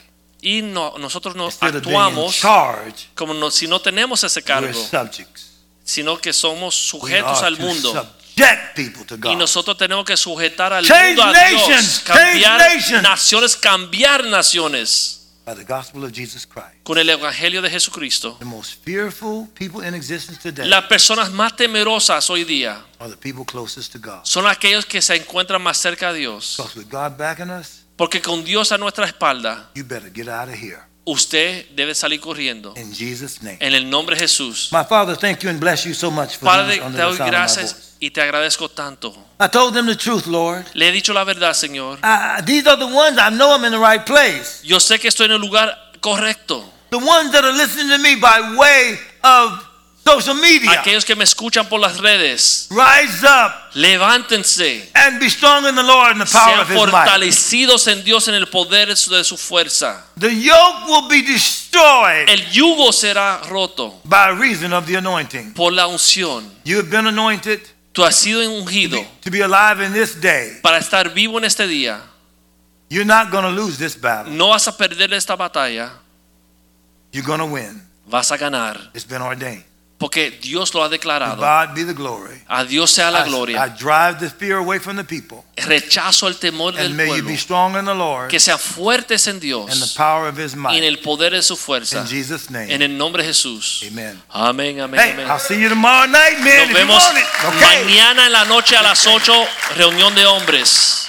S2: Y no- nosotros nos
S1: instead of being in
S2: actuamos
S1: charge,
S2: como no- si no tenemos ese
S1: we're
S2: cargo,
S1: subjects.
S2: sino que somos
S1: We
S2: sujetos
S1: are
S2: al
S1: to
S2: mundo.
S1: Subject people to
S2: Y
S1: God.
S2: nosotros tenemos que sujetar al
S1: Change
S2: mundo a
S1: nations,
S2: Dios, cambiar
S1: change nations.
S2: naciones, cambiar naciones
S1: By the gospel of Jesus Christ.
S2: con el Evangelio de Jesucristo.
S1: The most fearful people in existence today
S2: Las personas más temerosas hoy día
S1: are the people closest to God.
S2: son aquellos que se encuentran más cerca a Dios.
S1: Because with God backing us,
S2: Porque con Dios a nuestra espalda,
S1: you better get out of here.
S2: usted debe salir corriendo.
S1: In Jesus' name.
S2: En el nombre de Jesús.
S1: My Father, thank you and bless you so much for
S2: Padre,
S1: these under
S2: te
S1: the
S2: doy
S1: sound of my voice.
S2: gracias y te agradezco tanto.
S1: I told them the truth, Lord.
S2: Le he dicho la verdad, Señor.
S1: I, I- these are the ones I know I'm in the right place.
S2: Yo sé que estoy en el lugar correcto.
S1: The ones that are listening to me by way of social media.
S2: Aquellos que me escuchan por las redes,
S1: Rise up
S2: levántense.
S1: and be strong in the Lord and the power
S2: Sean
S1: of His might.
S2: fortalecidos en Dios en el poder de su- de su fuerza.
S1: The yoke will be destroyed
S2: El yugo será roto
S1: by reason of the anointing.
S2: por la unción.
S1: You have been anointed
S2: Tú has sido ungido
S1: to be alive in this day.
S2: para estar vivo en este día.
S1: You're not going to lose this battle.
S2: No vas a perder esta batalla.
S1: You're going to win.
S2: Vas a ganar.
S1: It's been ordained.
S2: Porque Dios lo ha
S1: To
S2: declarado.
S1: God be the glory.
S2: A Dios sea la
S1: I, I
S2: gloria.
S1: drive the fear away from the people.
S2: Rechazo el temor del
S1: And may you
S2: pueblo.
S1: be strong in the Lord
S2: Que sean fuertes en
S1: and the
S2: Dios
S1: power of His
S2: y en
S1: might.
S2: el poder de su
S1: In
S2: fuerza.
S1: Jesus'
S2: En
S1: name.
S2: el nombre de Jesús.
S1: Amen.
S2: Amén, amén,
S1: Hey,
S2: amén.
S1: I'll see you tomorrow night, man.
S2: Nos
S1: If you
S2: vemos
S1: want it. Okay.
S2: mañana en la noche a las 8, reunión de hombres.